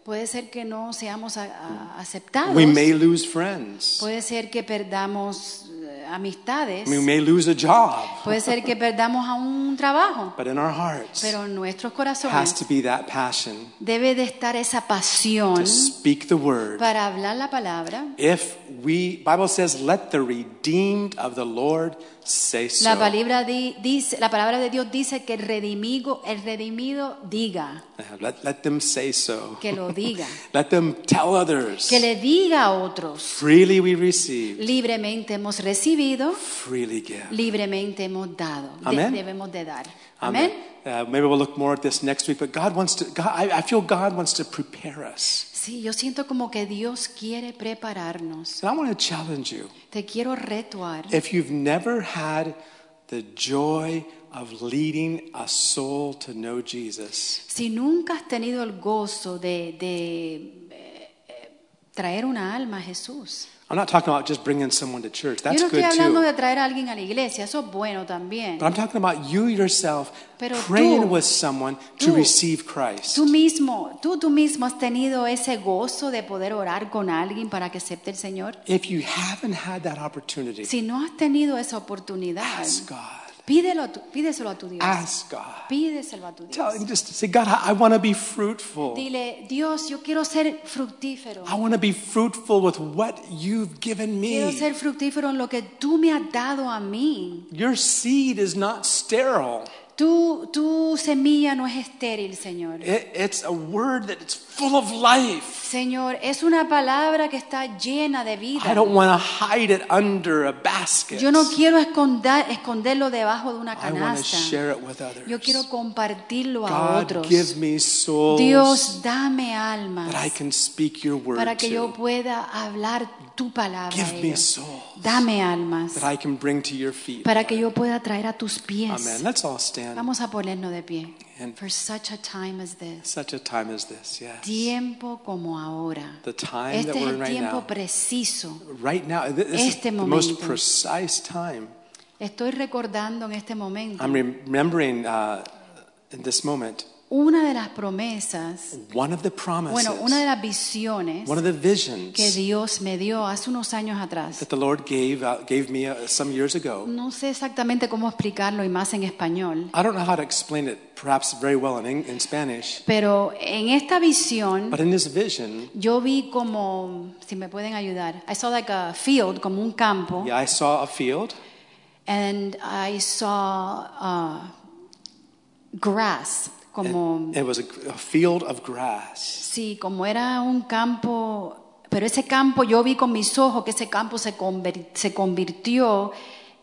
[SPEAKER 2] Puede ser que no seamos a- a- aceptados.
[SPEAKER 1] We may lose friends.
[SPEAKER 2] Puede ser que perdamos eh, amistades.
[SPEAKER 1] We may lose a job.
[SPEAKER 2] Puede ser que perdamos a un trabajo.
[SPEAKER 1] But in our hearts
[SPEAKER 2] Pero en nuestros
[SPEAKER 1] has
[SPEAKER 2] corazones
[SPEAKER 1] to be that passion
[SPEAKER 2] debe de estar esa pasión
[SPEAKER 1] to speak the word.
[SPEAKER 2] para hablar la palabra.
[SPEAKER 1] If we, Bible says, let the redeemed of the Lord say
[SPEAKER 2] La
[SPEAKER 1] so.
[SPEAKER 2] palabra, di- dice, la palabra de Dios dice que el redimido, el redimido diga,
[SPEAKER 1] Let, let them say so.
[SPEAKER 2] que lo diga,
[SPEAKER 1] Let them tell others.
[SPEAKER 2] que le diga a otros.
[SPEAKER 1] Freely we receive,
[SPEAKER 2] Libremente hemos recibido,
[SPEAKER 1] freely give.
[SPEAKER 2] libremente hemos dado, de-
[SPEAKER 1] Amén.
[SPEAKER 2] debemos de dar.
[SPEAKER 1] Amen.
[SPEAKER 2] Amén.
[SPEAKER 1] Uh, maybe we'll look more at this next week, but God wants to, God, I, I feel God wants to prepare us.
[SPEAKER 2] Sí, yo siento como que Dios quiere prepararnos.
[SPEAKER 1] And I want to challenge you.
[SPEAKER 2] Te quiero retuar.
[SPEAKER 1] If you've never had the joy of leading a soul to know Jesus,
[SPEAKER 2] Si nunca has tenido el gozo de, de, eh, eh, traer una alma a Jesús,
[SPEAKER 1] I'm not talking about just bringing someone to church. That's
[SPEAKER 2] yo no estoy
[SPEAKER 1] good
[SPEAKER 2] hablando
[SPEAKER 1] too. Ah.
[SPEAKER 2] de traer a alguien a la iglesia, eso es bueno también.
[SPEAKER 1] But I'm talking about you yourself
[SPEAKER 2] Pero
[SPEAKER 1] praying
[SPEAKER 2] tú-
[SPEAKER 1] with someone to
[SPEAKER 2] tú-
[SPEAKER 1] receive Christ.
[SPEAKER 2] Tú mismo, tú, tú mismo has tenido ese gozo de poder orar con alguien para que acepte el Señor.
[SPEAKER 1] If you haven't had that opportunity,
[SPEAKER 2] Si no has tenido esa oportunidad,
[SPEAKER 1] ask God.
[SPEAKER 2] pídelo a tu- pídeselo a tu Dios.
[SPEAKER 1] Ask God.
[SPEAKER 2] Pídeselo a tu
[SPEAKER 1] Tell
[SPEAKER 2] Dios.
[SPEAKER 1] him just say, God, I, I want to be fruitful.
[SPEAKER 2] Dile, Dios, yo quiero ser fructífero.
[SPEAKER 1] I want to be fruitful with what you've given me.
[SPEAKER 2] Quiero ser fructífero en lo que tú me has dado a mí.
[SPEAKER 1] Your seed is not sterile.
[SPEAKER 2] Tu, tu semilla no es estéril, Señor.
[SPEAKER 1] It, it's a word that it's full of life.
[SPEAKER 2] Señor, es una palabra que está llena de
[SPEAKER 1] I
[SPEAKER 2] vida.
[SPEAKER 1] don't want to hide it under a basket.
[SPEAKER 2] Yo no quiero esconder, esconderlo debajo de una
[SPEAKER 1] I want to
[SPEAKER 2] canasta.
[SPEAKER 1] share it with others.
[SPEAKER 2] Yo quiero compartirlo a
[SPEAKER 1] God,
[SPEAKER 2] otros.
[SPEAKER 1] give me souls
[SPEAKER 2] Dios, dame
[SPEAKER 1] that I
[SPEAKER 2] almas
[SPEAKER 1] can speak your word
[SPEAKER 2] para que
[SPEAKER 1] to.
[SPEAKER 2] yo pueda hablar tu palabra. a
[SPEAKER 1] Give me
[SPEAKER 2] ellos.
[SPEAKER 1] souls
[SPEAKER 2] Dame almas
[SPEAKER 1] that I can bring to your feet.
[SPEAKER 2] para que
[SPEAKER 1] Lord.
[SPEAKER 2] yo pueda traer a tus
[SPEAKER 1] Amen.
[SPEAKER 2] pies.
[SPEAKER 1] Let's all stand
[SPEAKER 2] Vamos a ponernos de pie.
[SPEAKER 1] And-
[SPEAKER 2] For such a time as this.
[SPEAKER 1] such a time as this. Yes.
[SPEAKER 2] Tiempo como ahora.
[SPEAKER 1] The time that
[SPEAKER 2] Este es
[SPEAKER 1] we're in
[SPEAKER 2] el
[SPEAKER 1] right
[SPEAKER 2] tiempo
[SPEAKER 1] now.
[SPEAKER 2] preciso.
[SPEAKER 1] Right now, th- this
[SPEAKER 2] Este
[SPEAKER 1] is the most
[SPEAKER 2] momento.
[SPEAKER 1] precise time.
[SPEAKER 2] Estoy recordando en este momento
[SPEAKER 1] I'm remembering uh, in this moment
[SPEAKER 2] una de las promesas,
[SPEAKER 1] one of the promises,
[SPEAKER 2] bueno, una de las visiones
[SPEAKER 1] one of the visions
[SPEAKER 2] que Dios me dio hace unos años atrás.
[SPEAKER 1] that the Lord gave uh, gave me uh, some years ago.
[SPEAKER 2] No sé exactamente cómo explicarlo y más en español,
[SPEAKER 1] I don't know how to explain it, perhaps very well in, Eng- in Spanish,
[SPEAKER 2] pero en esta visión
[SPEAKER 1] but in this vision,
[SPEAKER 2] yo vi como, si me pueden ayudar, I saw like a field, como un campo,
[SPEAKER 1] yeah, I saw a field
[SPEAKER 2] and I saw uh, grass, como,
[SPEAKER 1] And it was a, a field of grass.
[SPEAKER 2] sí, como era un campo, pero ese campo yo vi con mis ojos que ese campo se, conver- se convirtió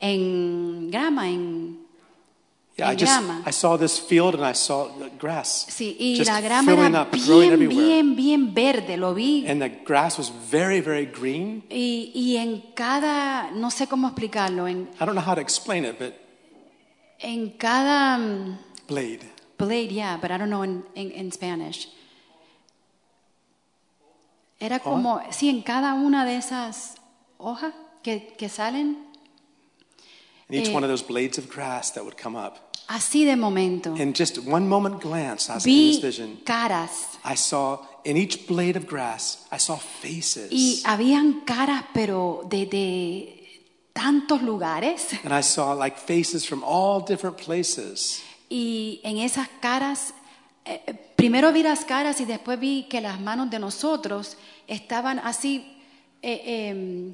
[SPEAKER 2] en grama, en
[SPEAKER 1] Yeah, I
[SPEAKER 2] En
[SPEAKER 1] just
[SPEAKER 2] grama.
[SPEAKER 1] I saw this field and I saw like grass.
[SPEAKER 2] Sí, y
[SPEAKER 1] just
[SPEAKER 2] la grama
[SPEAKER 1] filling
[SPEAKER 2] era
[SPEAKER 1] up, growing
[SPEAKER 2] bien,
[SPEAKER 1] everywhere.
[SPEAKER 2] bien, bien verde, lo vi.
[SPEAKER 1] And the grass was very, very green.
[SPEAKER 2] Y, y en cada, no sé cómo explicarlo, en,
[SPEAKER 1] I don't know how to explain it, but
[SPEAKER 2] en cada mm,
[SPEAKER 1] blade.
[SPEAKER 2] blade, yeah, but I don't know in, in, in Spanish. Era como, sí, en cada una de esas hojas que, que salen,
[SPEAKER 1] And each
[SPEAKER 2] Eh.
[SPEAKER 1] one of those blades of grass that would come up.
[SPEAKER 2] así de momento.
[SPEAKER 1] And just one moment glance, I was in this
[SPEAKER 2] Vi
[SPEAKER 1] vision.
[SPEAKER 2] caras
[SPEAKER 1] I saw in each blade of grass, I saw faces.
[SPEAKER 2] y habían caras, pero de, de tantos lugares.
[SPEAKER 1] And I saw like faces from all different places.
[SPEAKER 2] Y en esas caras, eh, eh, primero vi las caras y después vi que las manos de nosotros estaban así, eh, eh,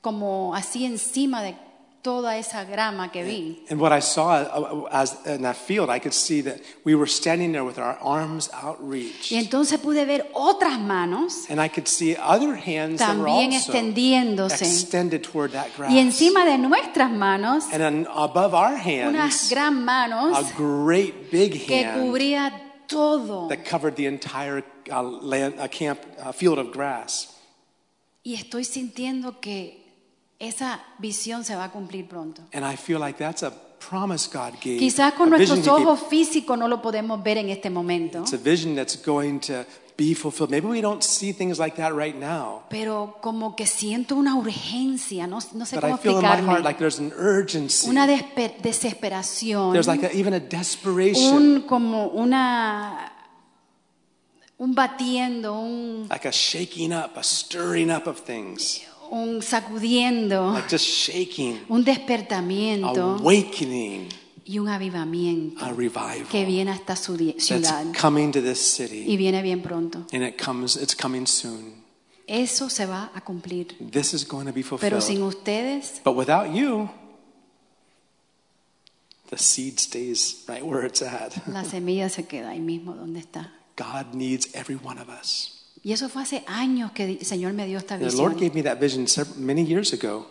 [SPEAKER 2] como así encima de toda esa grama que vi.
[SPEAKER 1] And what I saw uh, uh, as in that field, I could see that we were standing there with our arms outreached.
[SPEAKER 2] Y entonces pude ver otras manos
[SPEAKER 1] And I could see other hands that were
[SPEAKER 2] también
[SPEAKER 1] also
[SPEAKER 2] extendiéndose.
[SPEAKER 1] extended toward that grass.
[SPEAKER 2] Y encima de nuestras manos,
[SPEAKER 1] and then above our
[SPEAKER 2] unas
[SPEAKER 1] hands,
[SPEAKER 2] gran manos
[SPEAKER 1] a great big
[SPEAKER 2] que
[SPEAKER 1] hand
[SPEAKER 2] cubría todo.
[SPEAKER 1] that covered the entire uh, land, uh, camp, uh, field of grass.
[SPEAKER 2] Y estoy sintiendo que esa visión se va a cumplir pronto.
[SPEAKER 1] And I feel like that's a promise God gave.
[SPEAKER 2] Quizás con
[SPEAKER 1] a vision
[SPEAKER 2] nuestros
[SPEAKER 1] he gave.
[SPEAKER 2] ojos físicos no lo podemos ver en este momento,
[SPEAKER 1] It's a vision that's going to be fulfilled. Maybe we don't see things like that right now.
[SPEAKER 2] pero como que siento una urgencia, no, no sé
[SPEAKER 1] But
[SPEAKER 2] cómo
[SPEAKER 1] I feel in my heart
[SPEAKER 2] explicarme.
[SPEAKER 1] like there's an urgency.
[SPEAKER 2] Una despe- desesperación,
[SPEAKER 1] There's like a, even a desperation,
[SPEAKER 2] un como una un batiendo, un,
[SPEAKER 1] like a shaking up, a stirring up of things,
[SPEAKER 2] un sacudiendo,
[SPEAKER 1] like just shaking,
[SPEAKER 2] un despertamiento
[SPEAKER 1] awakening,
[SPEAKER 2] y un avivamiento
[SPEAKER 1] a
[SPEAKER 2] que
[SPEAKER 1] revival
[SPEAKER 2] viene hasta su di-
[SPEAKER 1] that's
[SPEAKER 2] ciudad
[SPEAKER 1] coming to this city,
[SPEAKER 2] y viene bien pronto.
[SPEAKER 1] and it comes. It's coming soon.
[SPEAKER 2] Eso se va a cumplir,
[SPEAKER 1] This is going to be
[SPEAKER 2] pero sin
[SPEAKER 1] fulfilled.
[SPEAKER 2] ustedes
[SPEAKER 1] But without you, the seed stays right where it's at. [laughs]
[SPEAKER 2] La semilla se queda ahí mismo donde está.
[SPEAKER 1] God needs every one of us.
[SPEAKER 2] Y eso fue hace años que el Señor me dio esta
[SPEAKER 1] The Lord
[SPEAKER 2] visión,
[SPEAKER 1] gave me that vision sev- many years ago.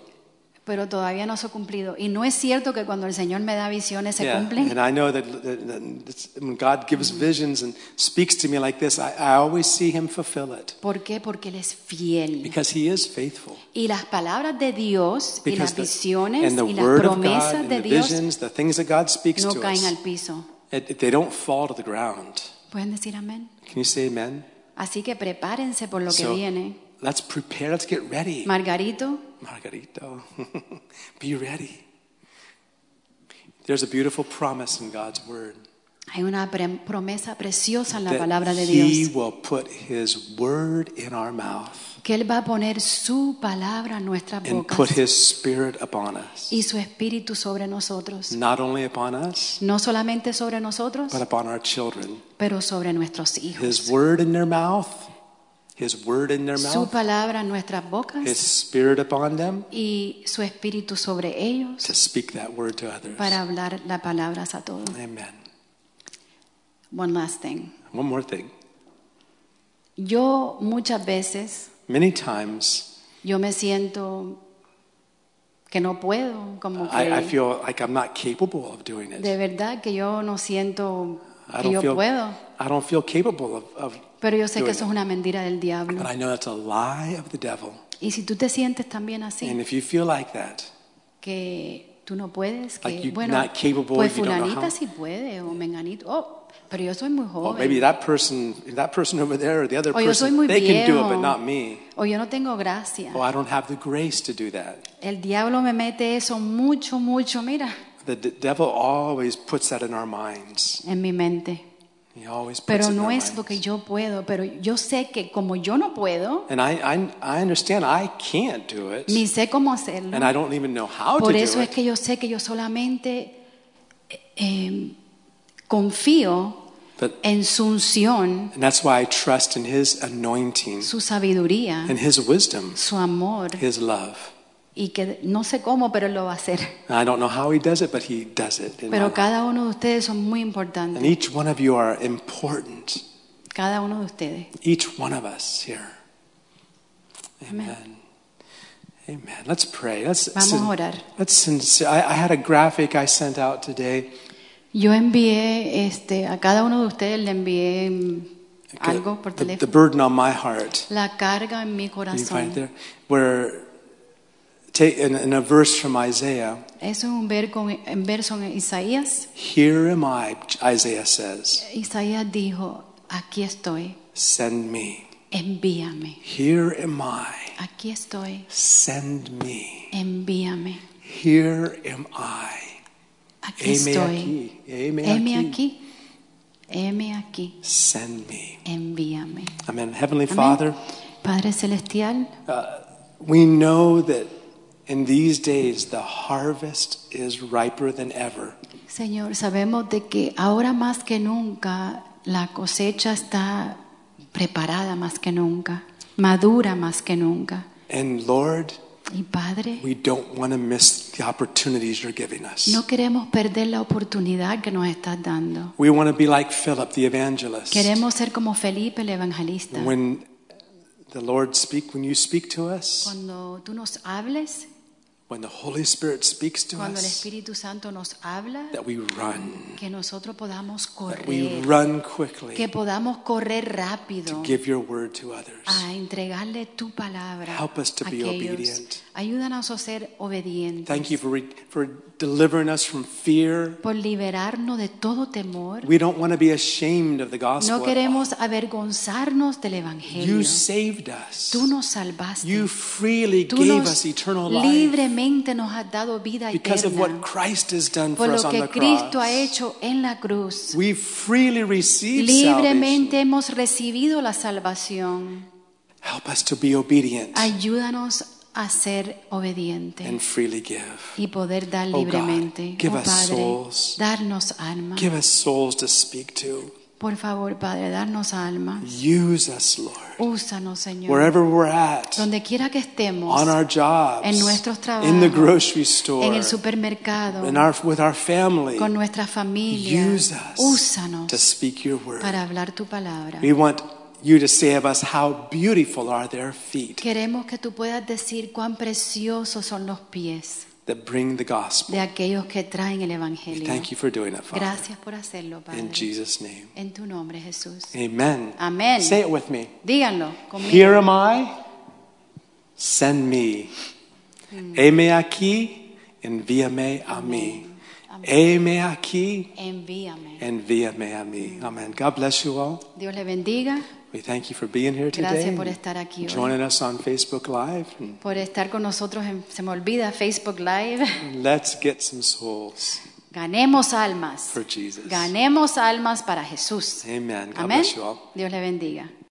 [SPEAKER 2] pero todavía no se ha cumplido. Y no es cierto que cuando el Señor me da visiones se cumplen.
[SPEAKER 1] And I know that, that- that it's- when God gives
[SPEAKER 2] Mm-hmm.
[SPEAKER 1] visions and speaks to me like this, I, I always see Him fulfill it
[SPEAKER 2] ¿Por qué? Porque Él es fiel.
[SPEAKER 1] because He is faithful.
[SPEAKER 2] Y las palabras de Dios y
[SPEAKER 1] Because
[SPEAKER 2] las
[SPEAKER 1] the-
[SPEAKER 2] visiones
[SPEAKER 1] and the
[SPEAKER 2] y las
[SPEAKER 1] word of God,
[SPEAKER 2] promesas
[SPEAKER 1] and
[SPEAKER 2] de
[SPEAKER 1] the
[SPEAKER 2] Dios
[SPEAKER 1] visions, the things that God speaks
[SPEAKER 2] no
[SPEAKER 1] to
[SPEAKER 2] caen
[SPEAKER 1] us,
[SPEAKER 2] al piso.
[SPEAKER 1] it- it- they don't fall to the ground.
[SPEAKER 2] ¿Pueden decir amén?
[SPEAKER 1] Can you say Amen?
[SPEAKER 2] Así que prepárense por lo que
[SPEAKER 1] So
[SPEAKER 2] viene.
[SPEAKER 1] let's prepare. Let's get ready,
[SPEAKER 2] Margarito,
[SPEAKER 1] Margarito. [laughs] Be ready. There's a beautiful promise in God's word.
[SPEAKER 2] hay una pre- promesa preciosa en la
[SPEAKER 1] that
[SPEAKER 2] palabra de
[SPEAKER 1] He
[SPEAKER 2] Dios.
[SPEAKER 1] will put His word in our mouth
[SPEAKER 2] Que Él va a poner su palabra en nuestras
[SPEAKER 1] and
[SPEAKER 2] bocas.
[SPEAKER 1] put His spirit upon us.
[SPEAKER 2] y su espíritu sobre nosotros.
[SPEAKER 1] Not only upon us,
[SPEAKER 2] No solamente sobre nosotros,
[SPEAKER 1] but upon our children.
[SPEAKER 2] pero sobre nuestros
[SPEAKER 1] His
[SPEAKER 2] hijos.
[SPEAKER 1] word in their mouth, His word in their
[SPEAKER 2] Su
[SPEAKER 1] mouth,
[SPEAKER 2] palabra en nuestras
[SPEAKER 1] His
[SPEAKER 2] bocas
[SPEAKER 1] spirit upon them
[SPEAKER 2] y su espíritu sobre
[SPEAKER 1] to
[SPEAKER 2] ellos
[SPEAKER 1] speak that word to others.
[SPEAKER 2] para hablar las palabras a todos.
[SPEAKER 1] Amen.
[SPEAKER 2] One last thing.
[SPEAKER 1] One more thing.
[SPEAKER 2] Yo muchas veces
[SPEAKER 1] Many times
[SPEAKER 2] yo me siento que no puedo, como
[SPEAKER 1] I, I
[SPEAKER 2] que
[SPEAKER 1] feel like I'm not capable of doing
[SPEAKER 2] de
[SPEAKER 1] it.
[SPEAKER 2] verdad que yo no siento
[SPEAKER 1] I
[SPEAKER 2] que
[SPEAKER 1] don't
[SPEAKER 2] yo
[SPEAKER 1] feel,
[SPEAKER 2] puedo,
[SPEAKER 1] I don't feel capable of, of
[SPEAKER 2] pero yo sé
[SPEAKER 1] doing
[SPEAKER 2] que eso es
[SPEAKER 1] it.
[SPEAKER 2] una mentira del diablo.
[SPEAKER 1] But I know that's a lie of the devil.
[SPEAKER 2] Y si tú te sientes también
[SPEAKER 1] And
[SPEAKER 2] así,
[SPEAKER 1] if you feel like that,
[SPEAKER 2] que tú no puedes, que
[SPEAKER 1] Like you're
[SPEAKER 2] bueno,
[SPEAKER 1] not capable,
[SPEAKER 2] pues
[SPEAKER 1] you don't know
[SPEAKER 2] fulanita
[SPEAKER 1] how.
[SPEAKER 2] sí puede o menganito, oh, pero yo soy muy
[SPEAKER 1] well, maybe
[SPEAKER 2] joven
[SPEAKER 1] that person, that person over there, or the other
[SPEAKER 2] o yo soy
[SPEAKER 1] person,
[SPEAKER 2] muy
[SPEAKER 1] they can do it,
[SPEAKER 2] viejo
[SPEAKER 1] but not me.
[SPEAKER 2] o yo no tengo gracia.
[SPEAKER 1] Oh, I don't have the grace to do that.
[SPEAKER 2] El diablo me mete eso mucho, mucho, mira,
[SPEAKER 1] The d- devil always puts that in our minds.
[SPEAKER 2] en mi mente.
[SPEAKER 1] He always puts
[SPEAKER 2] Pero
[SPEAKER 1] it in
[SPEAKER 2] no
[SPEAKER 1] our
[SPEAKER 2] es lo que
[SPEAKER 1] minds.
[SPEAKER 2] yo puedo, pero yo sé que como yo no puedo,
[SPEAKER 1] And I, I, I understand I can't do it,
[SPEAKER 2] ni sé cómo hacerlo.
[SPEAKER 1] and I don't even know how
[SPEAKER 2] Por
[SPEAKER 1] to
[SPEAKER 2] eso
[SPEAKER 1] do
[SPEAKER 2] es
[SPEAKER 1] it.
[SPEAKER 2] que yo sé que yo solamente eh, eh, confío
[SPEAKER 1] But,
[SPEAKER 2] en su unción,
[SPEAKER 1] and that's why I trust in His anointing,
[SPEAKER 2] su sabiduría,
[SPEAKER 1] and His wisdom,
[SPEAKER 2] su amor.
[SPEAKER 1] His love.
[SPEAKER 2] y que no sé cómo, pero Él lo va a hacer.
[SPEAKER 1] And I don't know how He does it, but He does it. in my
[SPEAKER 2] Pero
[SPEAKER 1] life.
[SPEAKER 2] cada uno de ustedes son muy
[SPEAKER 1] And
[SPEAKER 2] importantes,
[SPEAKER 1] each one of you are important.
[SPEAKER 2] cada uno de ustedes.
[SPEAKER 1] each one of us here.
[SPEAKER 2] Amen.
[SPEAKER 1] Amen. Amen. Let's pray. Let's,
[SPEAKER 2] Vamos a orar.
[SPEAKER 1] let's sincere. I, I had a graphic I sent out today
[SPEAKER 2] Yo envié, este, a cada uno de ustedes le envié mm, algo por
[SPEAKER 1] The, the
[SPEAKER 2] teléfono.
[SPEAKER 1] burden on my heart.
[SPEAKER 2] La carga en mi
[SPEAKER 1] You can find it
[SPEAKER 2] corazón.
[SPEAKER 1] there. Where, take, in, in a verse from Isaiah,
[SPEAKER 2] Eso es un verso, un verso en Isaías.
[SPEAKER 1] here am I, Isaiah says,
[SPEAKER 2] Isaías dijo, aquí estoy,
[SPEAKER 1] send me.
[SPEAKER 2] envíame.
[SPEAKER 1] Here am I,
[SPEAKER 2] Aquí estoy,
[SPEAKER 1] send me.
[SPEAKER 2] envíame.
[SPEAKER 1] Here am I.
[SPEAKER 2] Aquí
[SPEAKER 1] Heme
[SPEAKER 2] estoy.
[SPEAKER 1] aquí. Heme
[SPEAKER 2] Heme
[SPEAKER 1] aquí.
[SPEAKER 2] aquí. Heme aquí.
[SPEAKER 1] Send me.
[SPEAKER 2] Envíame.
[SPEAKER 1] Amen. Heavenly
[SPEAKER 2] Amén.
[SPEAKER 1] Father,
[SPEAKER 2] Padre Celestial,
[SPEAKER 1] we know that in these days the harvest is riper than ever.
[SPEAKER 2] Señor, sabemos de que ahora más que nunca la cosecha está preparada más que nunca, madura más que nunca.
[SPEAKER 1] And Lord,
[SPEAKER 2] Y Padre,
[SPEAKER 1] we don't want to miss the opportunities you're giving us.
[SPEAKER 2] no queremos perder la oportunidad que nos estás dando.
[SPEAKER 1] We want to be like Philip the evangelist.
[SPEAKER 2] Queremos ser como Felipe el evangelista.
[SPEAKER 1] When the Lord speak, when you speak to us,
[SPEAKER 2] Cuando tú nos hables,
[SPEAKER 1] when the Holy Spirit speaks to
[SPEAKER 2] cuando el
[SPEAKER 1] us,
[SPEAKER 2] Espíritu Santo nos habla,
[SPEAKER 1] that we run,
[SPEAKER 2] que nosotros podamos
[SPEAKER 1] that we
[SPEAKER 2] correr,
[SPEAKER 1] run quickly
[SPEAKER 2] que podamos correr
[SPEAKER 1] to
[SPEAKER 2] rápido
[SPEAKER 1] give your word to others.
[SPEAKER 2] a entregarle tu palabra
[SPEAKER 1] Help us to
[SPEAKER 2] a
[SPEAKER 1] be
[SPEAKER 2] aquellos.
[SPEAKER 1] obedient.
[SPEAKER 2] Ayúdanos a ser obedientes.
[SPEAKER 1] Thank you for, re- for delivering us from fear.
[SPEAKER 2] por liberarnos de todo temor.
[SPEAKER 1] We don't want to be ashamed of the gospel.
[SPEAKER 2] No
[SPEAKER 1] at all.
[SPEAKER 2] queremos avergonzarnos del evangelio.
[SPEAKER 1] You saved us.
[SPEAKER 2] Tú nos salvaste.
[SPEAKER 1] You freely
[SPEAKER 2] Tú
[SPEAKER 1] gave
[SPEAKER 2] nos
[SPEAKER 1] us eternal life
[SPEAKER 2] libremente nos has dado vida
[SPEAKER 1] because of what
[SPEAKER 2] eterna
[SPEAKER 1] Christ has done
[SPEAKER 2] por
[SPEAKER 1] for us
[SPEAKER 2] lo
[SPEAKER 1] on the
[SPEAKER 2] que Cristo ha
[SPEAKER 1] cross.
[SPEAKER 2] hecho en la cruz.
[SPEAKER 1] We freely receive salvation.
[SPEAKER 2] Libremente hemos recibido la salvación.
[SPEAKER 1] Help us to be obedient
[SPEAKER 2] Ayúdanos a ser obedientes
[SPEAKER 1] and freely give.
[SPEAKER 2] y poder dar
[SPEAKER 1] Oh, God,
[SPEAKER 2] libremente.
[SPEAKER 1] give
[SPEAKER 2] oh
[SPEAKER 1] us
[SPEAKER 2] Padre,
[SPEAKER 1] souls.
[SPEAKER 2] darnos alma.
[SPEAKER 1] Give us souls to speak to.
[SPEAKER 2] Por favor, Padre, darnos alma.
[SPEAKER 1] Use us, Lord.
[SPEAKER 2] Úsanos, Señor.
[SPEAKER 1] Wherever we're at,
[SPEAKER 2] Donde quiera que estemos,
[SPEAKER 1] on our jobs,
[SPEAKER 2] en nuestros
[SPEAKER 1] in the
[SPEAKER 2] trabajos,
[SPEAKER 1] grocery store,
[SPEAKER 2] en el supermercado,
[SPEAKER 1] in our, with our family,
[SPEAKER 2] con nuestra familia,
[SPEAKER 1] use us
[SPEAKER 2] úsanos
[SPEAKER 1] to speak your word.
[SPEAKER 2] para hablar tu palabra.
[SPEAKER 1] We want you to say of us, How beautiful are their feet
[SPEAKER 2] Queremos que tú puedas decir cuán preciosos son los pies
[SPEAKER 1] that bring the gospel.
[SPEAKER 2] de aquellos que traen el
[SPEAKER 1] We
[SPEAKER 2] Evangelio.
[SPEAKER 1] thank you for doing it, Father.
[SPEAKER 2] Gracias por hacerlo, Padre.
[SPEAKER 1] In Jesus' name.
[SPEAKER 2] En tu nombre, Jesús.
[SPEAKER 1] Amen.
[SPEAKER 2] Amén.
[SPEAKER 1] Say it 'em. with me.
[SPEAKER 2] Díganlo conmigo.
[SPEAKER 1] Here am I, send me.
[SPEAKER 2] Mm.
[SPEAKER 1] Heme aquí, envíame a mí. Heme aquí,
[SPEAKER 2] Envíame.
[SPEAKER 1] envíame a mí. Amen. God bless you all.
[SPEAKER 2] Dios le bendiga
[SPEAKER 1] We thank you for being here today.
[SPEAKER 2] Gracias por
[SPEAKER 1] and
[SPEAKER 2] estar aquí hoy.
[SPEAKER 1] Joining us on Facebook Live. And
[SPEAKER 2] por estar con nosotros. En, se me olvida Facebook Live. [laughs]
[SPEAKER 1] let's get some souls
[SPEAKER 2] Ganemos almas.
[SPEAKER 1] for Jesus.
[SPEAKER 2] Ganemos almas para Jesús.
[SPEAKER 1] Amen. God
[SPEAKER 2] Amén.
[SPEAKER 1] bless you all.
[SPEAKER 2] Dios le bendiga.